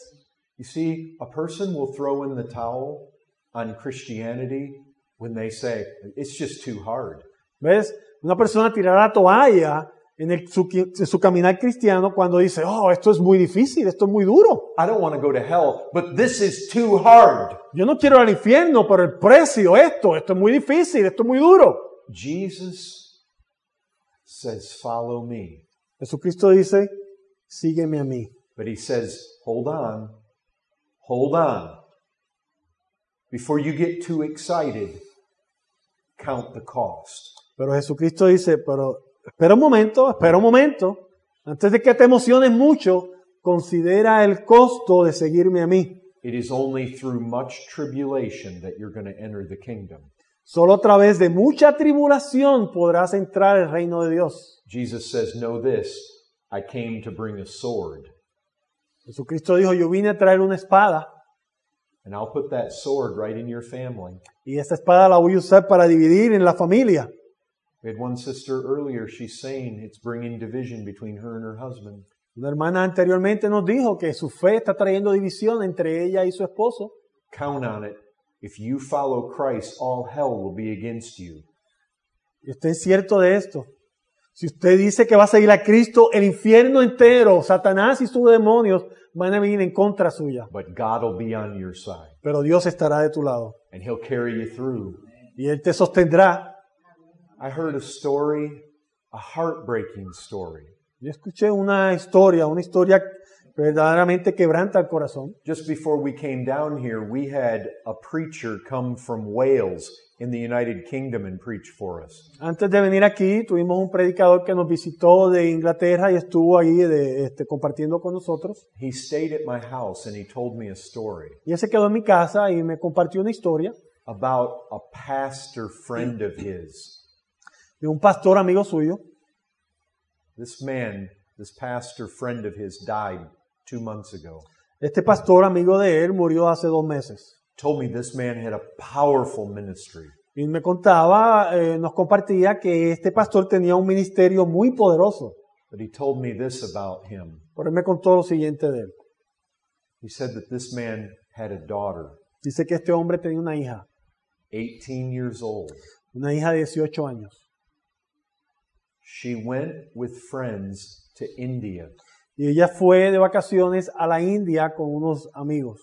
Speaker 1: You see, a person will throw in the towel on Christianity when they say, It's just too hard.
Speaker 2: ¿Ves? Una persona tirará la toalla en, el- su, en su caminar cristiano cuando dice, oh, esto es muy difícil, esto es muy duro.
Speaker 1: I don't want to go to hell, but this is too hard.
Speaker 2: Yo no quiero ir al infierno por el precio, esto, esto es muy difícil, esto es muy duro.
Speaker 1: Jesus says, Follow me.
Speaker 2: Jesucristo dice, sígueme a mí.
Speaker 1: But he says, Hold on, hold on. Before you get too excited, count the cost.
Speaker 2: Pero Jesucristo dice, pero espera un momento, espera un momento. Antes de que te emociones mucho, considera el costo de seguirme a mí.
Speaker 1: It is only through much tribulation that you're going to enter the kingdom.
Speaker 2: Solo a través de mucha tribulación podrás entrar al reino de Dios.
Speaker 1: Jesus says, Know this, I came to bring a sword,
Speaker 2: Jesucristo dijo, yo vine a traer una espada
Speaker 1: and I'll put that sword right in your family.
Speaker 2: y esa espada la voy a usar para dividir en la familia.
Speaker 1: We had one sister earlier, she's saying it's bringing division between her and her husband.
Speaker 2: Una hermana anteriormente nos dijo que su fe está trayendo división entre ella y su esposo.
Speaker 1: Count on it. If you follow Christ, all hell will be against you.
Speaker 2: Y usted es cierto de esto. Si usted dice que va a seguir a Cristo, el infierno entero, Satanás y sus demonios van a venir en contra suya.
Speaker 1: But God will be on your side,
Speaker 2: Pero Dios estará de tu lado
Speaker 1: and He'll carry you through.
Speaker 2: y Él te sostendrá.
Speaker 1: I heard a story, a heartbreaking story,
Speaker 2: Yo escuché una historia, una historia que verdaderamente quebranta el corazón.
Speaker 1: Just before we came down here, we had a preacher come from Wales in the United Kingdom and preach for us.
Speaker 2: Antes de venir aquí, tuvimos un predicador que nos visitó de Inglaterra y estuvo ahí de- este, compartiendo con nosotros.
Speaker 1: He stayed at my house and he told me a story
Speaker 2: Y él se quedó en mi casa y me compartió una historia
Speaker 1: about a pastor friend of his.
Speaker 2: de un pastor amigo suyo.
Speaker 1: This man, this pastor friend of his, died two months ago.
Speaker 2: Este pastor amigo de él murió hace dos meses.
Speaker 1: Told me this man had a powerful ministry.
Speaker 2: Y me contaba, eh, nos compartía que este pastor tenía un ministerio muy poderoso.
Speaker 1: But he told me this about him.
Speaker 2: Pero él me contó lo siguiente de él.
Speaker 1: He said that this man had a daughter,
Speaker 2: Dice que este hombre tenía una hija,
Speaker 1: 18 years old.
Speaker 2: una hija de 18 años.
Speaker 1: She went with friends to India.
Speaker 2: Y ella fue de vacaciones a la India con unos amigos.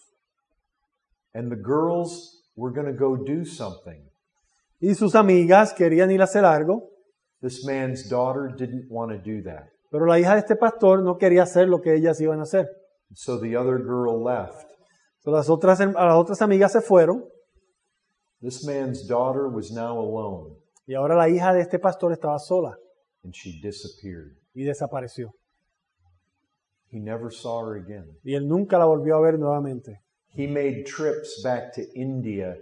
Speaker 1: and the girls were going to go do something.
Speaker 2: Y sus amigas querían ir a hacer algo,
Speaker 1: This man's daughter didn't want to do that.
Speaker 2: pero la hija de este pastor no quería hacer lo que ellas iban a hacer.
Speaker 1: So the other girl left.
Speaker 2: So, las otras, a las otras amigas se fueron
Speaker 1: This man's daughter was now alone
Speaker 2: y ahora la hija de este pastor estaba sola
Speaker 1: and she disappeared.
Speaker 2: y desapareció.
Speaker 1: He never saw her again.
Speaker 2: Y él nunca la volvió a ver nuevamente.
Speaker 1: He made trips back to India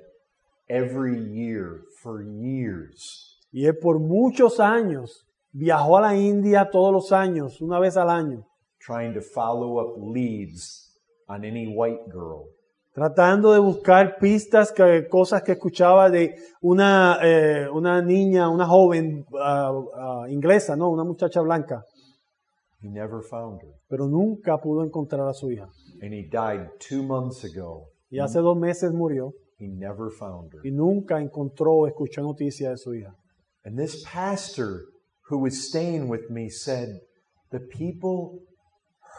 Speaker 1: every year for years.
Speaker 2: Y él por muchos años viajó a la India todos los años, una vez al año,
Speaker 1: trying to follow up leads on any white girl.
Speaker 2: tratando de buscar pistas, que- cosas que escuchaba de una, eh, una niña, una joven ah, ah, inglesa, ¿no? Una muchacha blanca,
Speaker 1: He never found her.
Speaker 2: pero nunca pudo encontrar a su hija.
Speaker 1: And he died two months ago.
Speaker 2: Y hace dos meses murió
Speaker 1: He never found her.
Speaker 2: y nunca encontró o escuchó noticia de su hija.
Speaker 1: And this pastor who was staying with me said, The people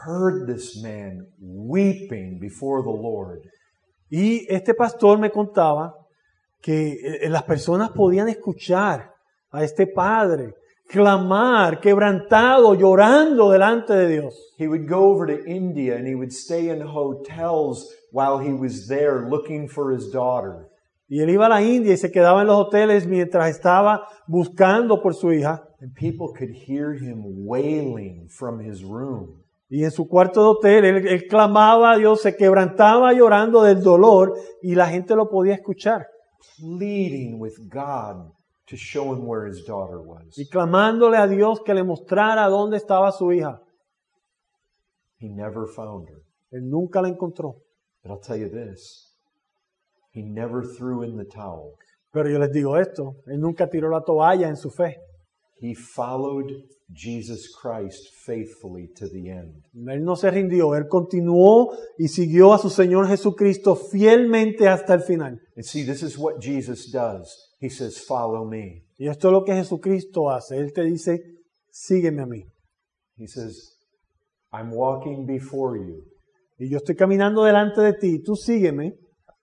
Speaker 1: heard this man weeping before the Lord.
Speaker 2: Y este pastor me contaba que eh, las personas podían escuchar a este padre clamar, quebrantado, llorando delante de Dios.
Speaker 1: He would go over to India and he would stay in hotels while he was there looking for his daughter.
Speaker 2: Y él iba a la India y se quedaba en los hoteles mientras estaba buscando por su hija.
Speaker 1: And people could hear him wailing from his room.
Speaker 2: Y en su cuarto de hotel, él, él clamaba a Dios, se quebrantaba llorando del dolor y la gente lo podía escuchar.
Speaker 1: pleading with God to show him where his daughter was.
Speaker 2: Y clamándole a Dios que le mostrara dónde estaba su hija.
Speaker 1: He never found her.
Speaker 2: Él nunca la encontró.
Speaker 1: But I'll tell you this he never threw in the towel.
Speaker 2: Pero yo les digo esto, él nunca tiró la toalla en su fe.
Speaker 1: He followed Jesus Christ faithfully to the end.
Speaker 2: Él no se rindió, él continuó y siguió a su Señor Jesucristo fielmente hasta el final.
Speaker 1: And see, this is what Jesus does. He says, Follow me.
Speaker 2: Y esto es lo que Jesucristo hace. Él te dice, sígueme a mí.
Speaker 1: He says, I'm walking before you.
Speaker 2: Y yo estoy caminando delante de ti, tú sígueme,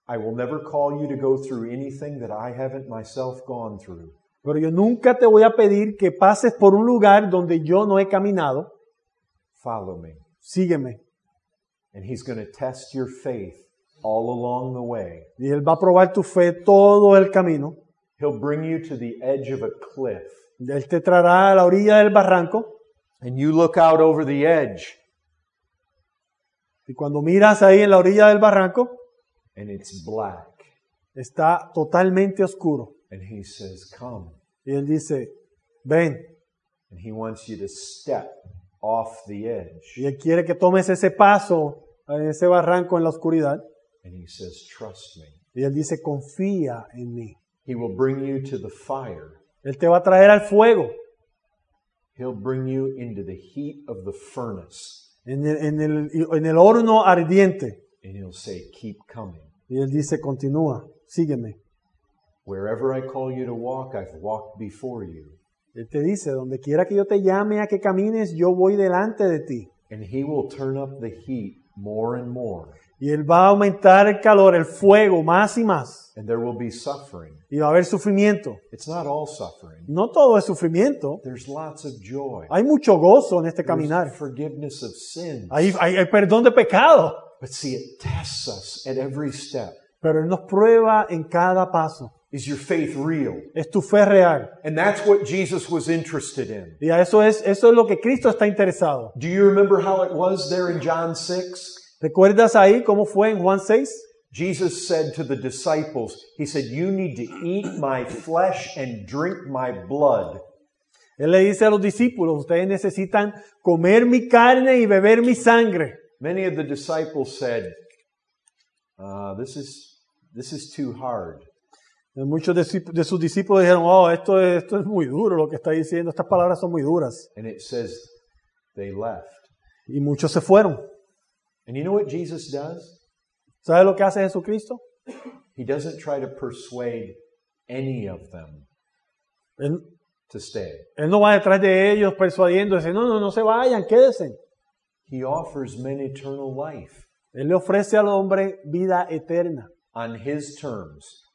Speaker 1: I will never call you to go through anything that I haven't myself gone through.
Speaker 2: pero yo nunca te voy a pedir que pases por un lugar donde yo no he caminado.
Speaker 1: Follow me.
Speaker 2: Sígueme.
Speaker 1: And he's going to test your faith all along the way.
Speaker 2: Y él va a probar tu fe todo el camino.
Speaker 1: He'll bring you to the edge of a cliff.
Speaker 2: Él te traerá a la orilla del barranco.
Speaker 1: And you look out over the edge,
Speaker 2: Y cuando miras ahí en la orilla del barranco,
Speaker 1: and it's black.
Speaker 2: está totalmente oscuro.
Speaker 1: And he says, Come.
Speaker 2: Y él dice, ven.
Speaker 1: And he wants you to step off the edge.
Speaker 2: Y él quiere que tomes ese paso en ese barranco en la oscuridad.
Speaker 1: And he says, Trust me.
Speaker 2: Y él dice, confía en mí.
Speaker 1: He will bring you to the fire.
Speaker 2: Él te va a traer al fuego,
Speaker 1: He'll bring you into the heat of the furnace.
Speaker 2: en el, en el- en el horno ardiente.
Speaker 1: And he'll say, Keep coming.
Speaker 2: Y él dice, continúa, sígueme.
Speaker 1: Wherever I call you to walk, I've walked before you.
Speaker 2: Él te dice, donde quiera que yo te llame a que camines, yo voy delante de ti.
Speaker 1: And he will turn up the heat more and more.
Speaker 2: Y él va a aumentar el calor, el fuego, más y más.
Speaker 1: And there will be suffering.
Speaker 2: Y va a haber sufrimiento.
Speaker 1: It's not all suffering.
Speaker 2: No todo es sufrimiento.
Speaker 1: There's lots of joy.
Speaker 2: Hay mucho gozo en este
Speaker 1: There's
Speaker 2: caminar.
Speaker 1: forgiveness of sin.
Speaker 2: Hay- hay- hay perdón de pecado.
Speaker 1: But see, it tests us at every step.
Speaker 2: Pero Él nos prueba en cada paso.
Speaker 1: Is your faith real?
Speaker 2: Es tu fe real.
Speaker 1: And that's what Jesus was interested in.
Speaker 2: Y a eso es, eso es lo que Cristo está interesado.
Speaker 1: Do you remember how it was there in John 6?
Speaker 2: ¿Recuerdas ahí cómo fue en Juan 6?
Speaker 1: Jesus said to the disciples, He said, You need to eat my flesh and drink my blood.
Speaker 2: Él le dice a los discípulos, ustedes necesitan comer mi carne y beber mi sangre.
Speaker 1: Many of the disciples said, uh, this, is, this is too hard.
Speaker 2: Y muchos de, su- de sus discípulos dijeron, oh, esto es, esto es muy duro lo que está diciendo, estas palabras son muy duras.
Speaker 1: And it says they left.
Speaker 2: Y muchos se fueron.
Speaker 1: And you know what Jesus does?
Speaker 2: ¿Sabes lo que hace Jesucristo?
Speaker 1: He doesn't try to persuade any of them
Speaker 2: Él,
Speaker 1: to stay.
Speaker 2: él no va detrás de ellos persuadiendo, dice, no, no, no se vayan, quédense.
Speaker 1: He offers men eternal life
Speaker 2: Él le ofrece al hombre vida eterna
Speaker 1: on his terms.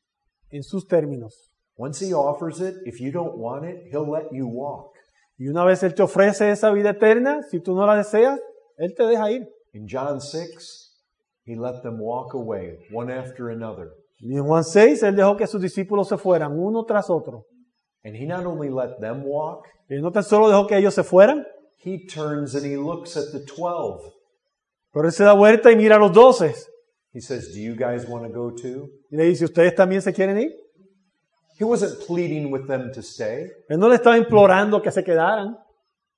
Speaker 2: en sus términos.
Speaker 1: Once he offers it, if you don't want it, he'll let you walk.
Speaker 2: Y una vez Él te ofrece esa vida eterna, si tú no la deseas, Él te deja ir.
Speaker 1: In John 6, he let them walk away one after another.
Speaker 2: Y en Juan 6, Él dejó que sus discípulos se fueran uno tras otro.
Speaker 1: And he not only let them walk,
Speaker 2: Él no tan solo dejó que ellos se fueran,
Speaker 1: he turns and he looks at the 12.
Speaker 2: pero Él se da vuelta y mira a los doce.
Speaker 1: He says, Do you guys want to go too?
Speaker 2: Y le dice, ¿ustedes también se quieren ir?
Speaker 1: He wasn't pleading with them to stay.
Speaker 2: Él no le estaba implorando que se quedaran.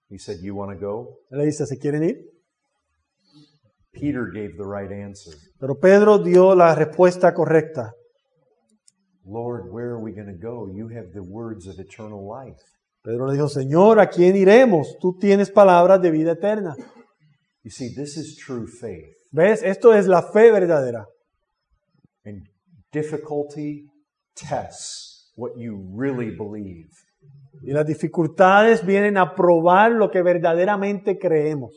Speaker 1: He said, You want to go?
Speaker 2: Él le dice, ¿se quieren ir?
Speaker 1: Peter gave the right answer.
Speaker 2: Pero Pedro dio la respuesta correcta.
Speaker 1: Lord, where are we going to go? You have the words of eternal life.
Speaker 2: Pedro le dijo, Señor, ¿a quién iremos? Tú tienes palabras de vida eterna.
Speaker 1: You see, this is true faith.
Speaker 2: ¿Ves? Esto es la fe verdadera.
Speaker 1: And difficulty tests what you really believe.
Speaker 2: Y las dificultades vienen a probar lo que verdaderamente creemos.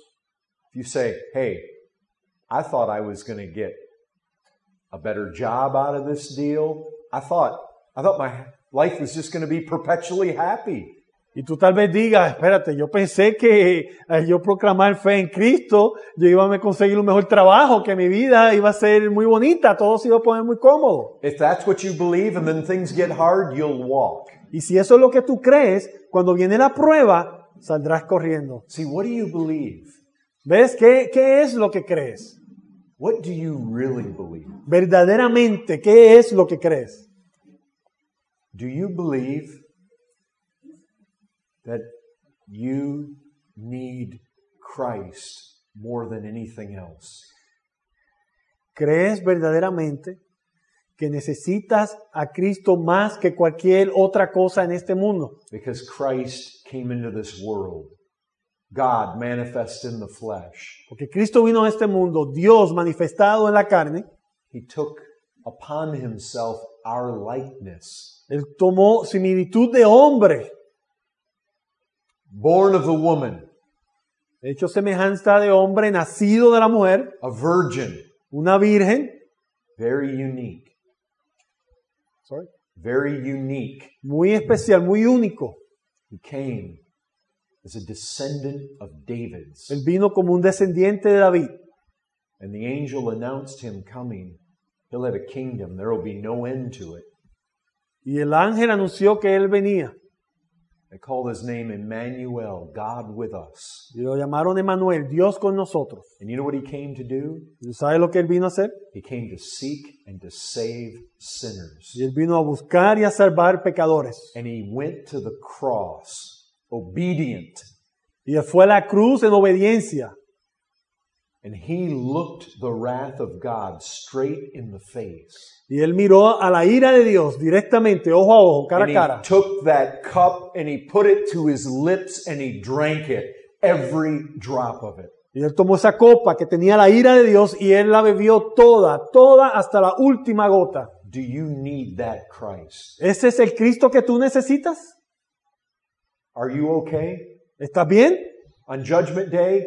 Speaker 1: If you say, hey, I thought I was going to get a better job out of this deal. I thought, I thought my life was just going to be perpetually happy.
Speaker 2: Y tú tal vez digas, espérate, yo pensé que al yo proclamar fe en Cristo, yo iba a conseguir un mejor trabajo, que mi vida iba a ser muy bonita, todo se iba a poner muy cómodo.
Speaker 1: If that's what you believe and then things get hard, you'll walk.
Speaker 2: Y si eso es lo que tú crees, cuando viene la prueba, saldrás corriendo.
Speaker 1: See, what do you believe?
Speaker 2: ¿Ves? ¿Qué, qué es lo que crees?
Speaker 1: What do you really believe?
Speaker 2: Verdaderamente, ¿qué es lo que crees?
Speaker 1: Do you believe that you need Christ more than anything else?
Speaker 2: ¿Crees verdaderamente que necesitas a Cristo más que cualquier otra cosa en este mundo?
Speaker 1: Because Christ came into this world, God manifest in the flesh.
Speaker 2: Porque Cristo vino a este mundo, Dios manifestado en la carne,
Speaker 1: He took upon himself our likeness,
Speaker 2: Él tomó similitud de hombre,
Speaker 1: born of the woman,
Speaker 2: hecho semejanza de hombre, nacido de la mujer,
Speaker 1: a virgin,
Speaker 2: una virgen,
Speaker 1: very unique, very unique.
Speaker 2: muy especial, muy único.
Speaker 1: He came as a descendant of David's.
Speaker 2: Él vino como un descendiente de David.
Speaker 1: And the angel announced him coming. He'll have a kingdom. There will be no end to it.
Speaker 2: Y el ángel anunció que él venía.
Speaker 1: They called his name Emmanuel, God with us.
Speaker 2: Y lo llamaron Emanuel, Dios con nosotros.
Speaker 1: And you know what he came to do?
Speaker 2: ¿Y ¿Sabe lo que él vino a hacer?
Speaker 1: He came to seek and to save sinners.
Speaker 2: Y él vino a buscar y a salvar pecadores.
Speaker 1: And he went to the cross, obedient.
Speaker 2: Y él fue a la cruz en obediencia.
Speaker 1: And he looked the wrath of God straight in the face.
Speaker 2: Y él miró a la ira de Dios directamente, ojo a ojo, cara
Speaker 1: And
Speaker 2: a
Speaker 1: he
Speaker 2: cara.
Speaker 1: took that cup and he put it to his lips and he drank it, every drop of it.
Speaker 2: Y él tomó esa copa que tenía la ira de Dios y él la bebió toda, toda hasta la última gota.
Speaker 1: Do you need that Christ?
Speaker 2: ¿Ese es el Cristo que tú necesitas?
Speaker 1: Are you okay?
Speaker 2: ¿Estás bien?
Speaker 1: On Judgment Day,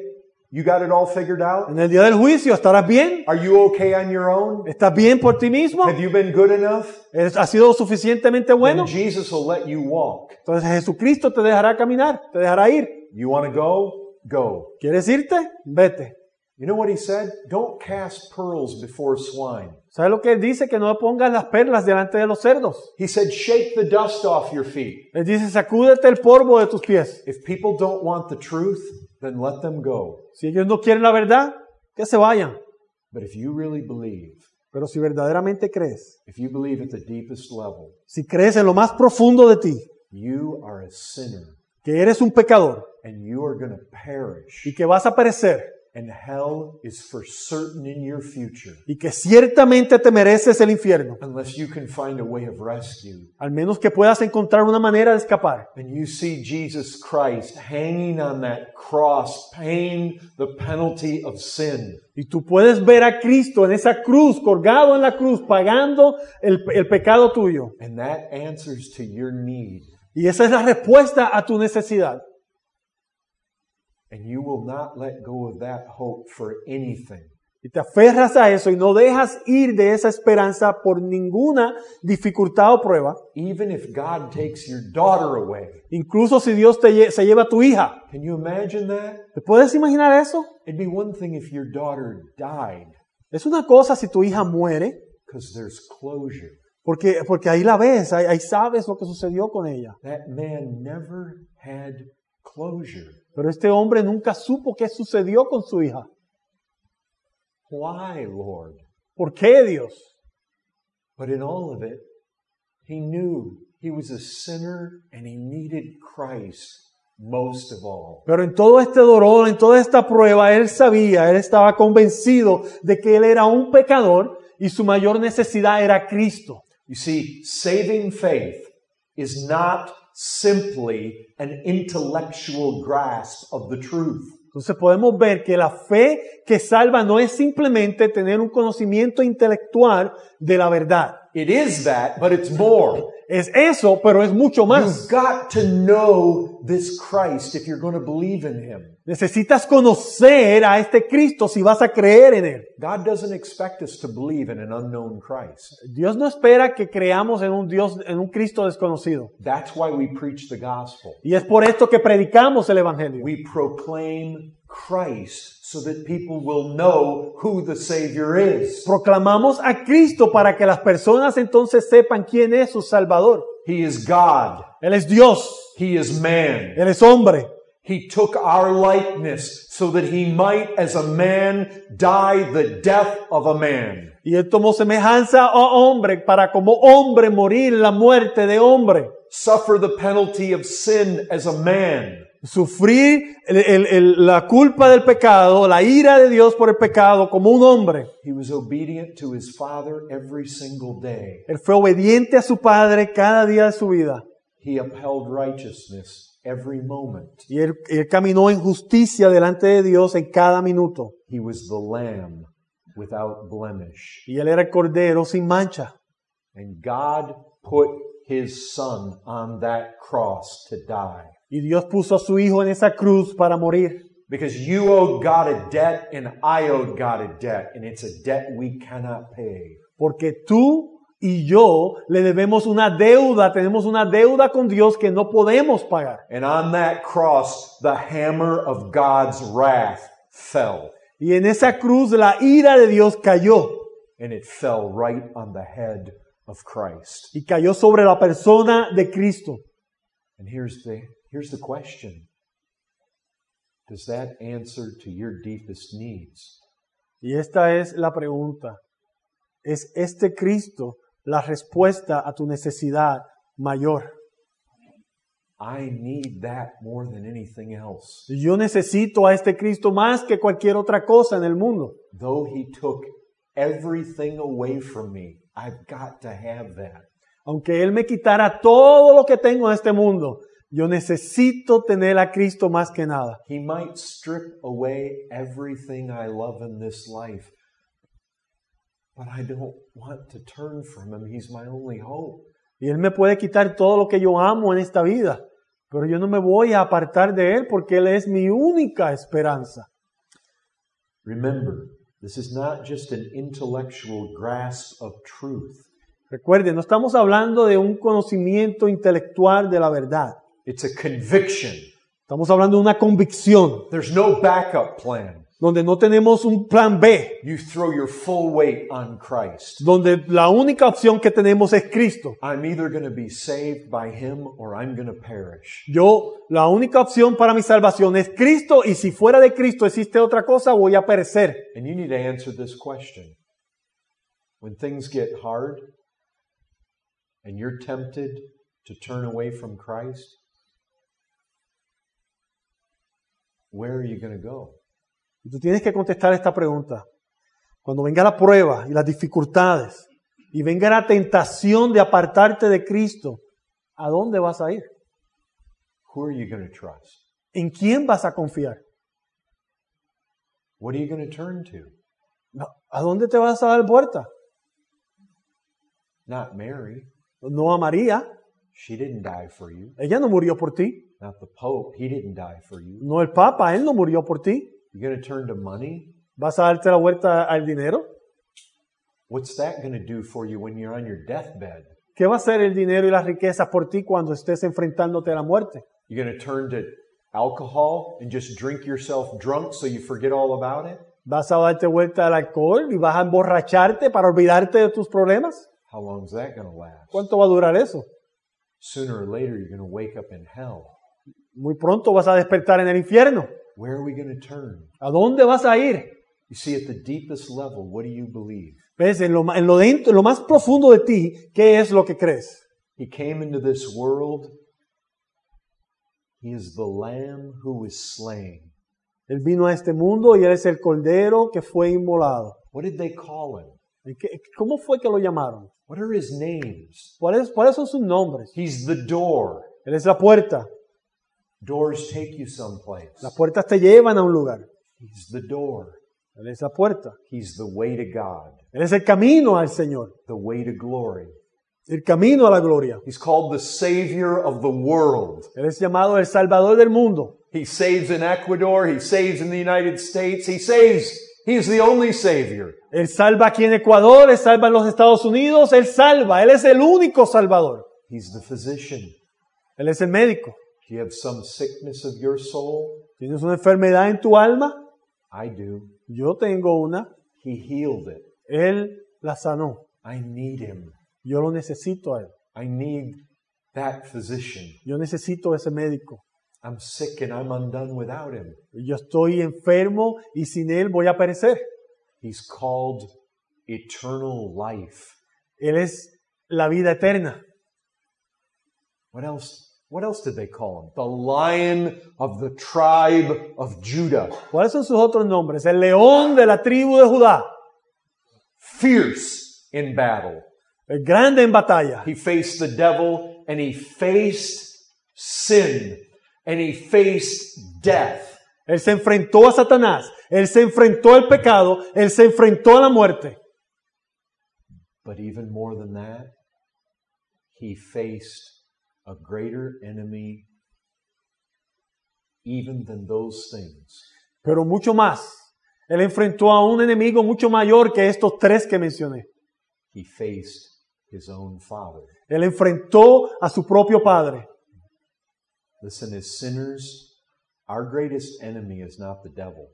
Speaker 1: you got it all figured out?
Speaker 2: En el día del juicio, ¿estarás bien?
Speaker 1: Are you okay on your own?
Speaker 2: ¿Estás bien por ti mismo?
Speaker 1: Have you been good enough?
Speaker 2: ¿Eres- ¿Has sido suficientemente bueno?
Speaker 1: Then Jesus will let you walk.
Speaker 2: Entonces Jesucristo te dejará caminar, te dejará ir.
Speaker 1: You want to go? Go.
Speaker 2: ¿Quieres irte? Vete.
Speaker 1: You know what he said? Don't cast pearls before swine.
Speaker 2: ¿Sabes lo que él dice? Que no pongas las perlas delante de los cerdos.
Speaker 1: He said, shake the dust off your feet.
Speaker 2: Él dice, sacúdete el polvo de tus pies.
Speaker 1: If people don't want the truth, then let them go.
Speaker 2: Si ellos no quieren la verdad, que se vayan.
Speaker 1: But if you really believe,
Speaker 2: Pero si verdaderamente crees,
Speaker 1: if you believe at the deepest level,
Speaker 2: si crees en lo más profundo de ti,
Speaker 1: you are a sinner
Speaker 2: que eres un pecador
Speaker 1: and you are going to perish.
Speaker 2: y que vas a perecer
Speaker 1: and hell is for certain in your future
Speaker 2: y que ciertamente te mereces el infierno,
Speaker 1: unless you can find a way of rescue.
Speaker 2: al menos que puedas encontrar una manera de escapar.
Speaker 1: And you see Jesus Christ hanging on that cross, paying the penalty of sin.
Speaker 2: Y tú puedes ver a Cristo en esa cruz, colgado en la cruz, pagando el, el pecado tuyo.
Speaker 1: And that answers to your need.
Speaker 2: Y esa es la respuesta a tu necesidad.
Speaker 1: And you will not let go of that hope for anything.
Speaker 2: Y te aferras a eso y no dejas ir de esa esperanza por ninguna dificultad o prueba.
Speaker 1: Even if God takes your daughter away.
Speaker 2: Incluso si Dios te lle- se lleva a tu hija.
Speaker 1: Can you imagine that?
Speaker 2: ¿Te puedes imaginar eso?
Speaker 1: It'd be one thing if your daughter died
Speaker 2: Es una cosa si tu hija muere,
Speaker 1: because there's closure.
Speaker 2: porque, porque ahí la ves, ahí, ahí sabes lo que sucedió con ella.
Speaker 1: That man never had closure.
Speaker 2: Pero este hombre nunca supo qué sucedió con su hija.
Speaker 1: Why, Lord?
Speaker 2: ¿Por qué Dios?
Speaker 1: But in all of it, he knew He was a sinner and he needed Christ most of all.
Speaker 2: Pero en todo este dolor, en toda esta prueba, él sabía, él estaba convencido de que él era un pecador y su mayor necesidad era Cristo.
Speaker 1: You see, saving faith is not simply an intellectual grasp of the truth.
Speaker 2: Entonces podemos ver que la fe que salva no es simplemente tener un conocimiento intelectual de la verdad.
Speaker 1: It is that, but it's more.
Speaker 2: Es eso, pero es mucho
Speaker 1: You've
Speaker 2: más.
Speaker 1: got to know this Christ if you're going to believe in him.
Speaker 2: Necesitas conocer a este Cristo si vas a creer en Él.
Speaker 1: God doesn't expect us to believe in an unknown Christ.
Speaker 2: Dios no espera que creamos en un Dios, en un Cristo desconocido.
Speaker 1: That's why we preach the gospel.
Speaker 2: Y es por esto que predicamos el Evangelio.
Speaker 1: We proclaim Christ so that people will know who the Savior is.
Speaker 2: Proclamamos a Cristo para que las personas entonces sepan quién es su Salvador.
Speaker 1: He is God.
Speaker 2: Él es Dios,
Speaker 1: He is man.
Speaker 2: Él es hombre.
Speaker 1: He took our likeness so that he might, as a man, die the death of a man.
Speaker 2: Y Él tomó semejanza a hombre para como hombre morir la muerte de hombre.
Speaker 1: Suffer the penalty of sin as a man.
Speaker 2: Sufrir el- el- el- la culpa del pecado, la ira de Dios por el pecado como un hombre.
Speaker 1: He was obedient to his father every single day.
Speaker 2: Él fue obediente a su Padre cada día de su vida.
Speaker 1: He upheld righteousness every moment.
Speaker 2: Y él, él caminó en justicia delante de Dios en cada minuto.
Speaker 1: He was the lamb without blemish.
Speaker 2: Y él era el cordero sin mancha.
Speaker 1: And God put his son on that cross to die.
Speaker 2: Y Dios puso a su hijo en esa cruz para morir.
Speaker 1: Because you owe God a debt and I owe God a debt, and it's a debt we cannot pay.
Speaker 2: Porque tú y yo le debemos una deuda, tenemos una deuda con Dios que no podemos pagar.
Speaker 1: And on that cross, the hammer of God's wrath fell.
Speaker 2: Y en esa cruz la ira de Dios cayó.
Speaker 1: And it fell right on the head of Christ.
Speaker 2: Y cayó sobre la persona de Cristo.
Speaker 1: And here's the, here's the question Does that answer to your deepest needs?
Speaker 2: Y esta es la pregunta. ¿Es este Cristo la respuesta a tu necesidad mayor?
Speaker 1: I need that more than anything else.
Speaker 2: Yo necesito a este Cristo más que cualquier otra cosa en el mundo.
Speaker 1: Though He took everything away from me, I've got to have that.
Speaker 2: Aunque Él me quitara todo lo que tengo en este mundo, yo necesito tener a Cristo más que nada.
Speaker 1: He might strip away everything I love in this life, but I don't want to turn from him. He's my only hope.
Speaker 2: Y Él me puede quitar todo lo que yo amo en esta vida, pero yo no me voy a apartar de Él porque Él es mi única esperanza.
Speaker 1: Remember, this is not just an intellectual grasp of truth,
Speaker 2: Recuerden, no estamos hablando de un conocimiento intelectual de la verdad.
Speaker 1: it's a conviction.
Speaker 2: Estamos hablando de una convicción,
Speaker 1: There's no backup plan.
Speaker 2: donde no tenemos un plan B,
Speaker 1: You throw your full weight on Christ.
Speaker 2: donde la única opción que tenemos es Cristo.
Speaker 1: I'm either going to be saved by him or I'm going to perish.
Speaker 2: Yo, la única opción para mi salvación es Cristo y si fuera de Cristo existe otra cosa, voy a perecer.
Speaker 1: And you need to answer this question. When things get hard and you're tempted to turn away from Christ, where are you going to go?
Speaker 2: Y tú tienes que contestar esta pregunta. Cuando venga la prueba y las dificultades y venga la tentación de apartarte de Cristo, ¿a dónde vas a ir?
Speaker 1: Who are you going to trust?
Speaker 2: ¿En quién vas a confiar?
Speaker 1: What are you going to turn to?
Speaker 2: No, ¿A dónde te vas a dar vuelta?
Speaker 1: Not Mary.
Speaker 2: No a María,
Speaker 1: She didn't die for you.
Speaker 2: ella no murió por ti.
Speaker 1: Not the Pope. He didn't die for you.
Speaker 2: No el Papa, él no murió por ti.
Speaker 1: You're going to turn to money?
Speaker 2: ¿Vas a darte la vuelta al dinero?
Speaker 1: What's that going to do for you when you're on your deathbed?
Speaker 2: ¿Qué va a hacer el dinero y las riquezas por ti cuando estés enfrentándote a la muerte?
Speaker 1: You're going to turn to alcohol and just drink yourself drunk so you forget all about it?
Speaker 2: ¿Vas a darte vuelta al alcohol y vas a emborracharte para olvidarte de tus problemas?
Speaker 1: How long's that going to last?
Speaker 2: ¿Cuánto va a durar eso?
Speaker 1: Sooner or later, you're going to wake up in hell.
Speaker 2: Muy pronto vas a despertar en el infierno.
Speaker 1: Where are we going to turn?
Speaker 2: ¿A dónde vas a ir?
Speaker 1: You see, at the deepest level, what do you believe?
Speaker 2: ¿Ves? En lo, ma- en lo dentro, en lo más profundo de ti, ¿qué es lo que crees?
Speaker 1: He He came into this world. He is the Lamb who was slain.
Speaker 2: Él vino a este mundo y él es el cordero que fue inmolado.
Speaker 1: What did they call him?
Speaker 2: ¿Y qué- ¿Cómo fue que lo llamaron?
Speaker 1: What are his names?
Speaker 2: ¿Cuáles cuáles son sus nombres?
Speaker 1: He's the door.
Speaker 2: Él es la puerta.
Speaker 1: Doors take you someplace.
Speaker 2: Las puertas te llevan a un lugar.
Speaker 1: He's the door.
Speaker 2: Él es la puerta.
Speaker 1: He's the way to God,
Speaker 2: Él es el camino al Señor.
Speaker 1: the way to glory.
Speaker 2: El camino a la gloria.
Speaker 1: He's called the Savior of the world.
Speaker 2: Él es llamado el Salvador del mundo.
Speaker 1: He saves in Ecuador. He saves in the United States. He saves. He's the only Savior.
Speaker 2: Él salva aquí en Ecuador, Él salva en los Estados Unidos, Él salva, Él es el único salvador.
Speaker 1: He's the physician.
Speaker 2: Él es el médico.
Speaker 1: Do you have some sickness of your soul?
Speaker 2: ¿Tienes una enfermedad en tu alma?
Speaker 1: I do.
Speaker 2: Yo tengo una.
Speaker 1: He healed it.
Speaker 2: Él la sanó.
Speaker 1: I need him.
Speaker 2: Yo lo necesito a Él.
Speaker 1: I need that physician.
Speaker 2: Yo necesito ese médico.
Speaker 1: I'm sick and I'm undone without him.
Speaker 2: Yo estoy enfermo y sin Él voy a perecer.
Speaker 1: He's called eternal life.
Speaker 2: Él es la vida eterna.
Speaker 1: What else? What else did they call him? The lion of the tribe of Judah.
Speaker 2: ¿Cuáles son sus otros nombres? El león de la tribu de Judá.
Speaker 1: Fierce in battle.
Speaker 2: El grande en batalla.
Speaker 1: He faced the devil and he faced sin and he faced death.
Speaker 2: Él se enfrentó a Satanás. Él se enfrentó al pecado. Él se enfrentó a la muerte.
Speaker 1: But even more than that, he faced a greater enemy even than those things.
Speaker 2: Pero mucho más. Él enfrentó a un enemigo mucho mayor que estos tres que mencioné.
Speaker 1: He faced his own father.
Speaker 2: Él enfrentó a su propio padre.
Speaker 1: Listen, as sinners, our greatest enemy is not the devil.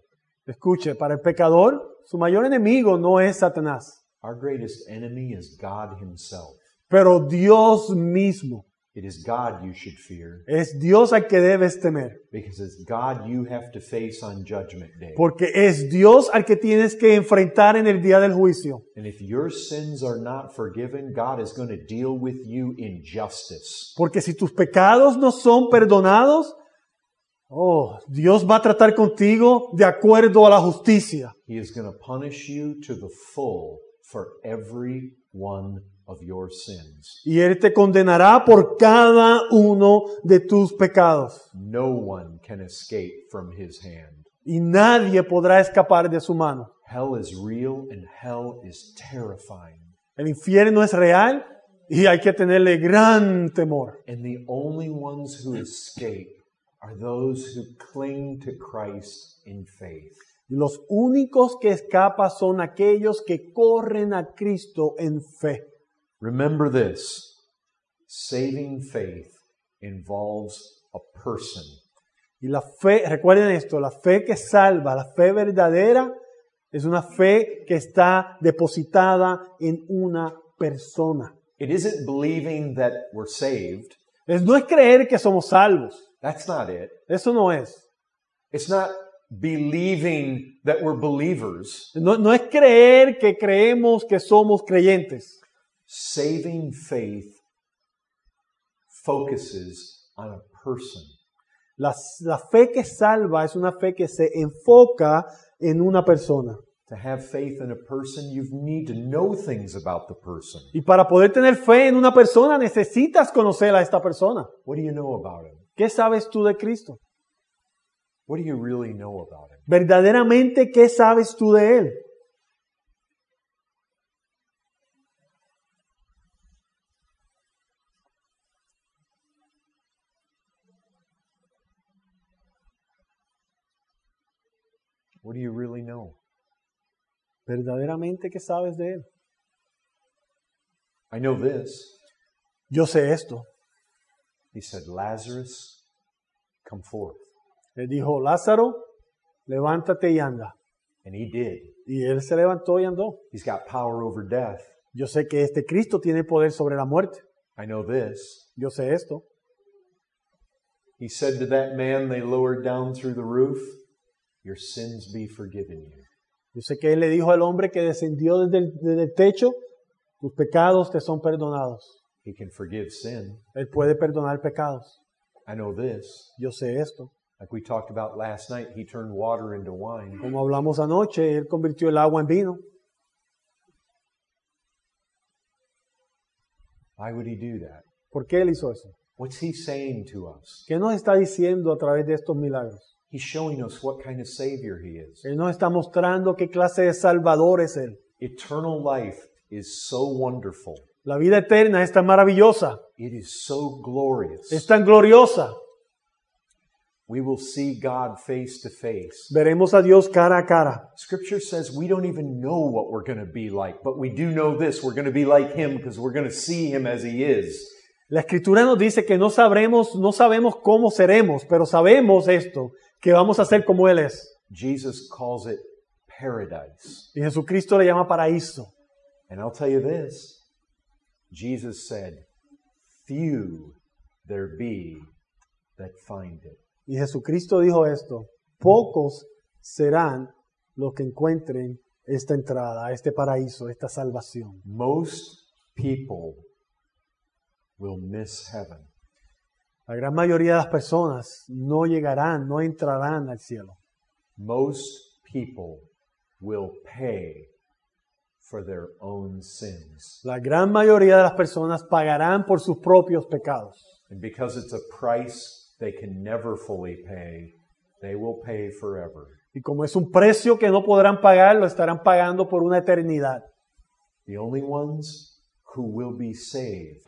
Speaker 2: Escuche, para el pecador, su mayor enemigo no es Satanás,
Speaker 1: Our greatest enemy is God Himself.
Speaker 2: pero Dios mismo.
Speaker 1: It is God you should fear
Speaker 2: Es Dios al que debes temer,
Speaker 1: because it's God you have to face on Judgment Day.
Speaker 2: porque es Dios al que tienes que enfrentar en el día del juicio.
Speaker 1: And if your sins are not forgiven, God is going to deal with you in justice.
Speaker 2: Porque si tus pecados no son perdonados, oh, Dios va a tratar contigo de acuerdo a la justicia.
Speaker 1: He is going to punish you to the full for every one of your sins.
Speaker 2: Y Él te condenará por cada uno de tus pecados.
Speaker 1: No one can escape from His hand.
Speaker 2: Y nadie podrá escapar de su mano.
Speaker 1: Hell is real and hell is terrifying.
Speaker 2: El infierno es real y hay que tenerle gran temor.
Speaker 1: And the only ones who escape are those who cling to Christ in faith.
Speaker 2: Y los únicos que escapan son aquellos que corren a Cristo en fe.
Speaker 1: Remember this saving faith involves a person.
Speaker 2: Y la fe, recuerden esto, la fe que salva, la fe verdadera, es una fe que está depositada en una persona.
Speaker 1: It isn't believing that we're saved.
Speaker 2: Es, no es creer que somos salvos,
Speaker 1: That's not it.
Speaker 2: eso no es.
Speaker 1: It's not believing that we're believers.
Speaker 2: No, no es creer que creemos que somos creyentes.
Speaker 1: Saving faith focuses on a person.
Speaker 2: La, la fe que salva es una fe que se enfoca en una persona.
Speaker 1: To have faith in a person, you need to know things about the person.
Speaker 2: Y para poder tener fe en una persona necesitas conocer a esta persona.
Speaker 1: What do you know about him?
Speaker 2: ¿Qué sabes tú de Cristo?
Speaker 1: What do you really know about him?
Speaker 2: Verdaderamente, ¿qué sabes tú de Él?
Speaker 1: What do you really know?
Speaker 2: Verdaderamente, ¿qué sabes de Él?
Speaker 1: I know this.
Speaker 2: Yo sé esto.
Speaker 1: He said, Lazarus, come forth.
Speaker 2: Él dijo, Lázaro, levántate y anda.
Speaker 1: And he did.
Speaker 2: Y Él se levantó y andó.
Speaker 1: He's got power over death.
Speaker 2: Yo sé que este Cristo tiene poder sobre la muerte.
Speaker 1: I know this.
Speaker 2: Yo sé esto.
Speaker 1: He said to that man they lowered down through the roof, Your sins be forgiven you.
Speaker 2: Yo sé que Él le dijo al hombre que descendió desde el, desde el techo, tus pecados te son perdonados.
Speaker 1: He He can forgive sin.
Speaker 2: Él puede perdonar pecados.
Speaker 1: I know this.
Speaker 2: Yo sé esto.
Speaker 1: Like we talked about last night, he turned water into wine.
Speaker 2: Como hablamos anoche, Él convirtió el agua en vino.
Speaker 1: Why would he do that?
Speaker 2: ¿Por qué Él hizo eso?
Speaker 1: What's he saying to us?
Speaker 2: ¿Qué nos está diciendo a través de estos milagros?
Speaker 1: He's showing us what kind of Savior he is.
Speaker 2: Él nos está mostrando qué clase de salvador es Él.
Speaker 1: Eternal life is so wonderful.
Speaker 2: La vida eterna es tan maravillosa,
Speaker 1: It is so glorious.
Speaker 2: es tan gloriosa.
Speaker 1: We will see God face to face.
Speaker 2: Veremos a Dios cara a cara.
Speaker 1: Scripture says we don't even know what we're going to be like, but we do know this we're going to be like him because we're going to see him as he is.
Speaker 2: La escritura nos dice que no sabremos, no sabemos cómo seremos, pero sabemos esto, que vamos a ser como Él es.
Speaker 1: Jesus calls it paradise.
Speaker 2: Y Jesucristo le llama paraíso.
Speaker 1: And I'll tell you this Jesus said, Few there be that find it.
Speaker 2: Y Jesucristo dijo esto, pocos serán los que encuentren esta entrada, este paraíso, esta salvación.
Speaker 1: Most people will miss heaven.
Speaker 2: La gran mayoría de las personas no llegarán, no entrarán al cielo.
Speaker 1: Most people will pay for their own sins.
Speaker 2: La gran mayoría de las personas pagarán por sus propios pecados.
Speaker 1: And because it's a price they can never fully pay, they will pay forever.
Speaker 2: Y como es un precio que no podrán pagar, lo estarán pagando por una eternidad.
Speaker 1: The only ones who will be saved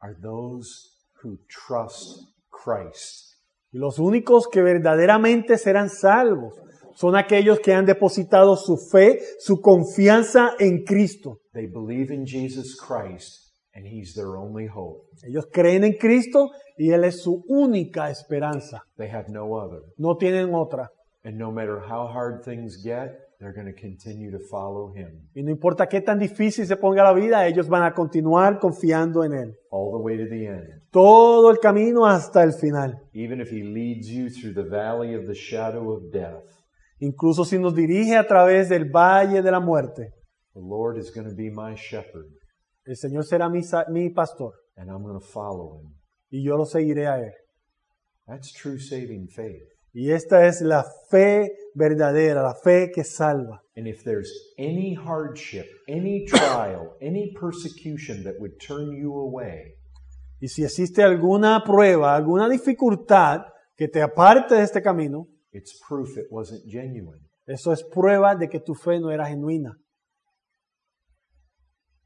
Speaker 1: are those who trust Christ.
Speaker 2: Y los únicos que verdaderamente serán salvos son aquellos que han depositado su fe, su confianza en Cristo.
Speaker 1: They believe in Jesus Christ, and He's their only hope.
Speaker 2: Ellos creen en Cristo y Él es su única esperanza.
Speaker 1: They have no other.
Speaker 2: No tienen otra.
Speaker 1: And no matter how hard things get, they're going to continue to follow Him
Speaker 2: Y no importa qué tan difícil se ponga la vida, ellos van a continuar confiando en Él.
Speaker 1: all the way to the end.
Speaker 2: Todo el camino hasta el final.
Speaker 1: Even if He leads you through the valley of the shadow of death,
Speaker 2: Incluso si nos dirige a través del valle de la muerte,
Speaker 1: the Lord is going to be my shepherd,
Speaker 2: el Señor será mi, sa- mi pastor
Speaker 1: and I'm going to follow Him.
Speaker 2: y yo lo seguiré a Él.
Speaker 1: That's true saving faith.
Speaker 2: Y esta es la fe verdadera, la fe que salva.
Speaker 1: And if there's any hardship, any trial, any persecution that would turn you away,
Speaker 2: Y si existe alguna prueba, alguna dificultad que te aparte de este camino,
Speaker 1: it's proof it wasn't genuine.
Speaker 2: eso es prueba de que tu fe no era genuina.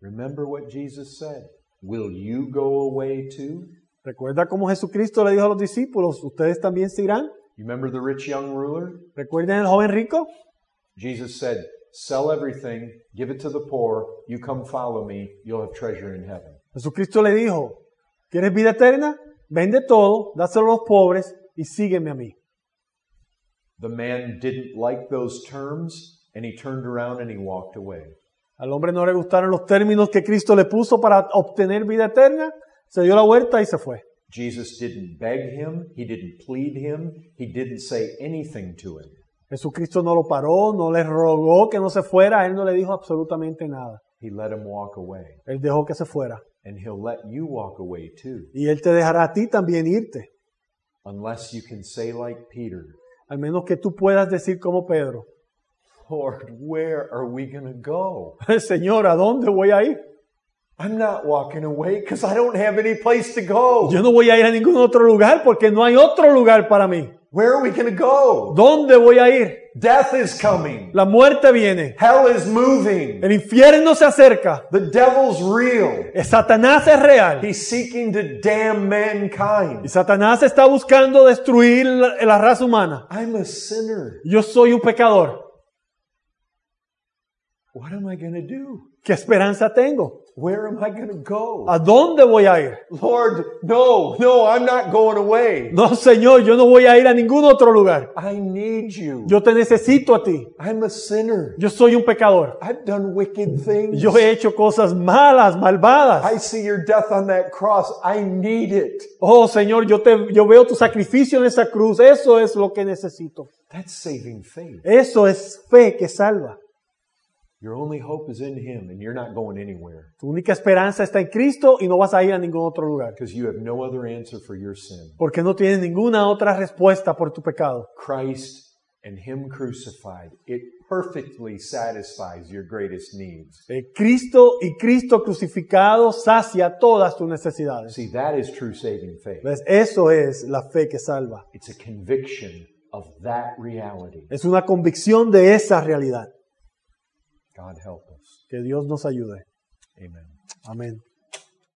Speaker 1: Remember what Jesus said Will you go away too?
Speaker 2: Recuerda cómo Jesucristo le dijo a los discípulos, ustedes también se irán.
Speaker 1: You remember the rich young ruler?
Speaker 2: Recuerden el joven rico,
Speaker 1: Jesus said, Sell everything, give it to the poor, you come follow me, you'll have treasure in heaven.
Speaker 2: Jesucristo le dijo, ¿quieres vida eterna? Vende todo, dáselo a los pobres y sígueme a mí.
Speaker 1: The man didn't like those terms, and he turned around and he walked away.
Speaker 2: Al hombre no le gustaron los términos que Cristo le puso para obtener vida eterna, se dio la vuelta y se fue.
Speaker 1: Jesus didn't beg him, he didn't plead him, he didn't say anything to him.
Speaker 2: Jesucristo no lo paró, no le rogó que no se fuera, él no le dijo absolutamente nada.
Speaker 1: He let him walk away,
Speaker 2: Él dejó que se fuera.
Speaker 1: and he'll let you walk away too,
Speaker 2: Y él te dejará a ti también irte,
Speaker 1: unless you can say, like Peter,
Speaker 2: al menos que tú puedas decir como Pedro,
Speaker 1: Lord, where are we going to go?
Speaker 2: Señor, ¿a dónde voy a ir?
Speaker 1: I'm not walking away because I don't have any place to go.
Speaker 2: Yo no voy a ir a ningún otro lugar porque no hay otro lugar para mí.
Speaker 1: Where are we going to go?
Speaker 2: ¿Dónde voy a ir?
Speaker 1: Death is coming.
Speaker 2: La muerte viene,
Speaker 1: Hell is moving.
Speaker 2: el infierno se acerca,
Speaker 1: The devil's real.
Speaker 2: Satanás es real.
Speaker 1: He's seeking to damn
Speaker 2: Y
Speaker 1: mankind.
Speaker 2: Satanás está buscando destruir la, la raza humana.
Speaker 1: I'm a sinner.
Speaker 2: Yo soy un pecador.
Speaker 1: What am I going to do?
Speaker 2: ¿Qué esperanza tengo?
Speaker 1: Where am I going to go? Uh,
Speaker 2: ¿A dónde voy a ir?
Speaker 1: Lord, no, no, I'm not going away.
Speaker 2: No, Señor, yo no voy a ir a ningún otro lugar.
Speaker 1: I need you.
Speaker 2: Yo te necesito a ti.
Speaker 1: I'm a sinner.
Speaker 2: Yo soy un pecador.
Speaker 1: I've done wicked things.
Speaker 2: Yo he hecho cosas malas, malvadas.
Speaker 1: I see your death on that cross. I need it.
Speaker 2: Oh, Señor, yo, te, yo veo tu sacrificio en esa cruz. Eso es lo que necesito.
Speaker 1: That's saving faith.
Speaker 2: Eso es fe que salva.
Speaker 1: Your only hope is in Him, and you're not going anywhere
Speaker 2: Tu única esperanza está en Cristo y no vas a ir a ningún otro lugar.
Speaker 1: because you have no other answer for your sin.
Speaker 2: Porque no tienes ninguna otra respuesta por tu pecado.
Speaker 1: Christ and Him crucified, it perfectly satisfies your greatest needs.
Speaker 2: Eh, Cristo y Cristo crucificado sacia todas tus necesidades.
Speaker 1: See, that is true saving faith.
Speaker 2: ¿Ves? Eso es la fe que salva.
Speaker 1: It's a conviction of that reality.
Speaker 2: Es una convicción de esa realidad.
Speaker 1: God help us.
Speaker 2: Que Dios nos ayude.
Speaker 1: Amen.
Speaker 2: Amén.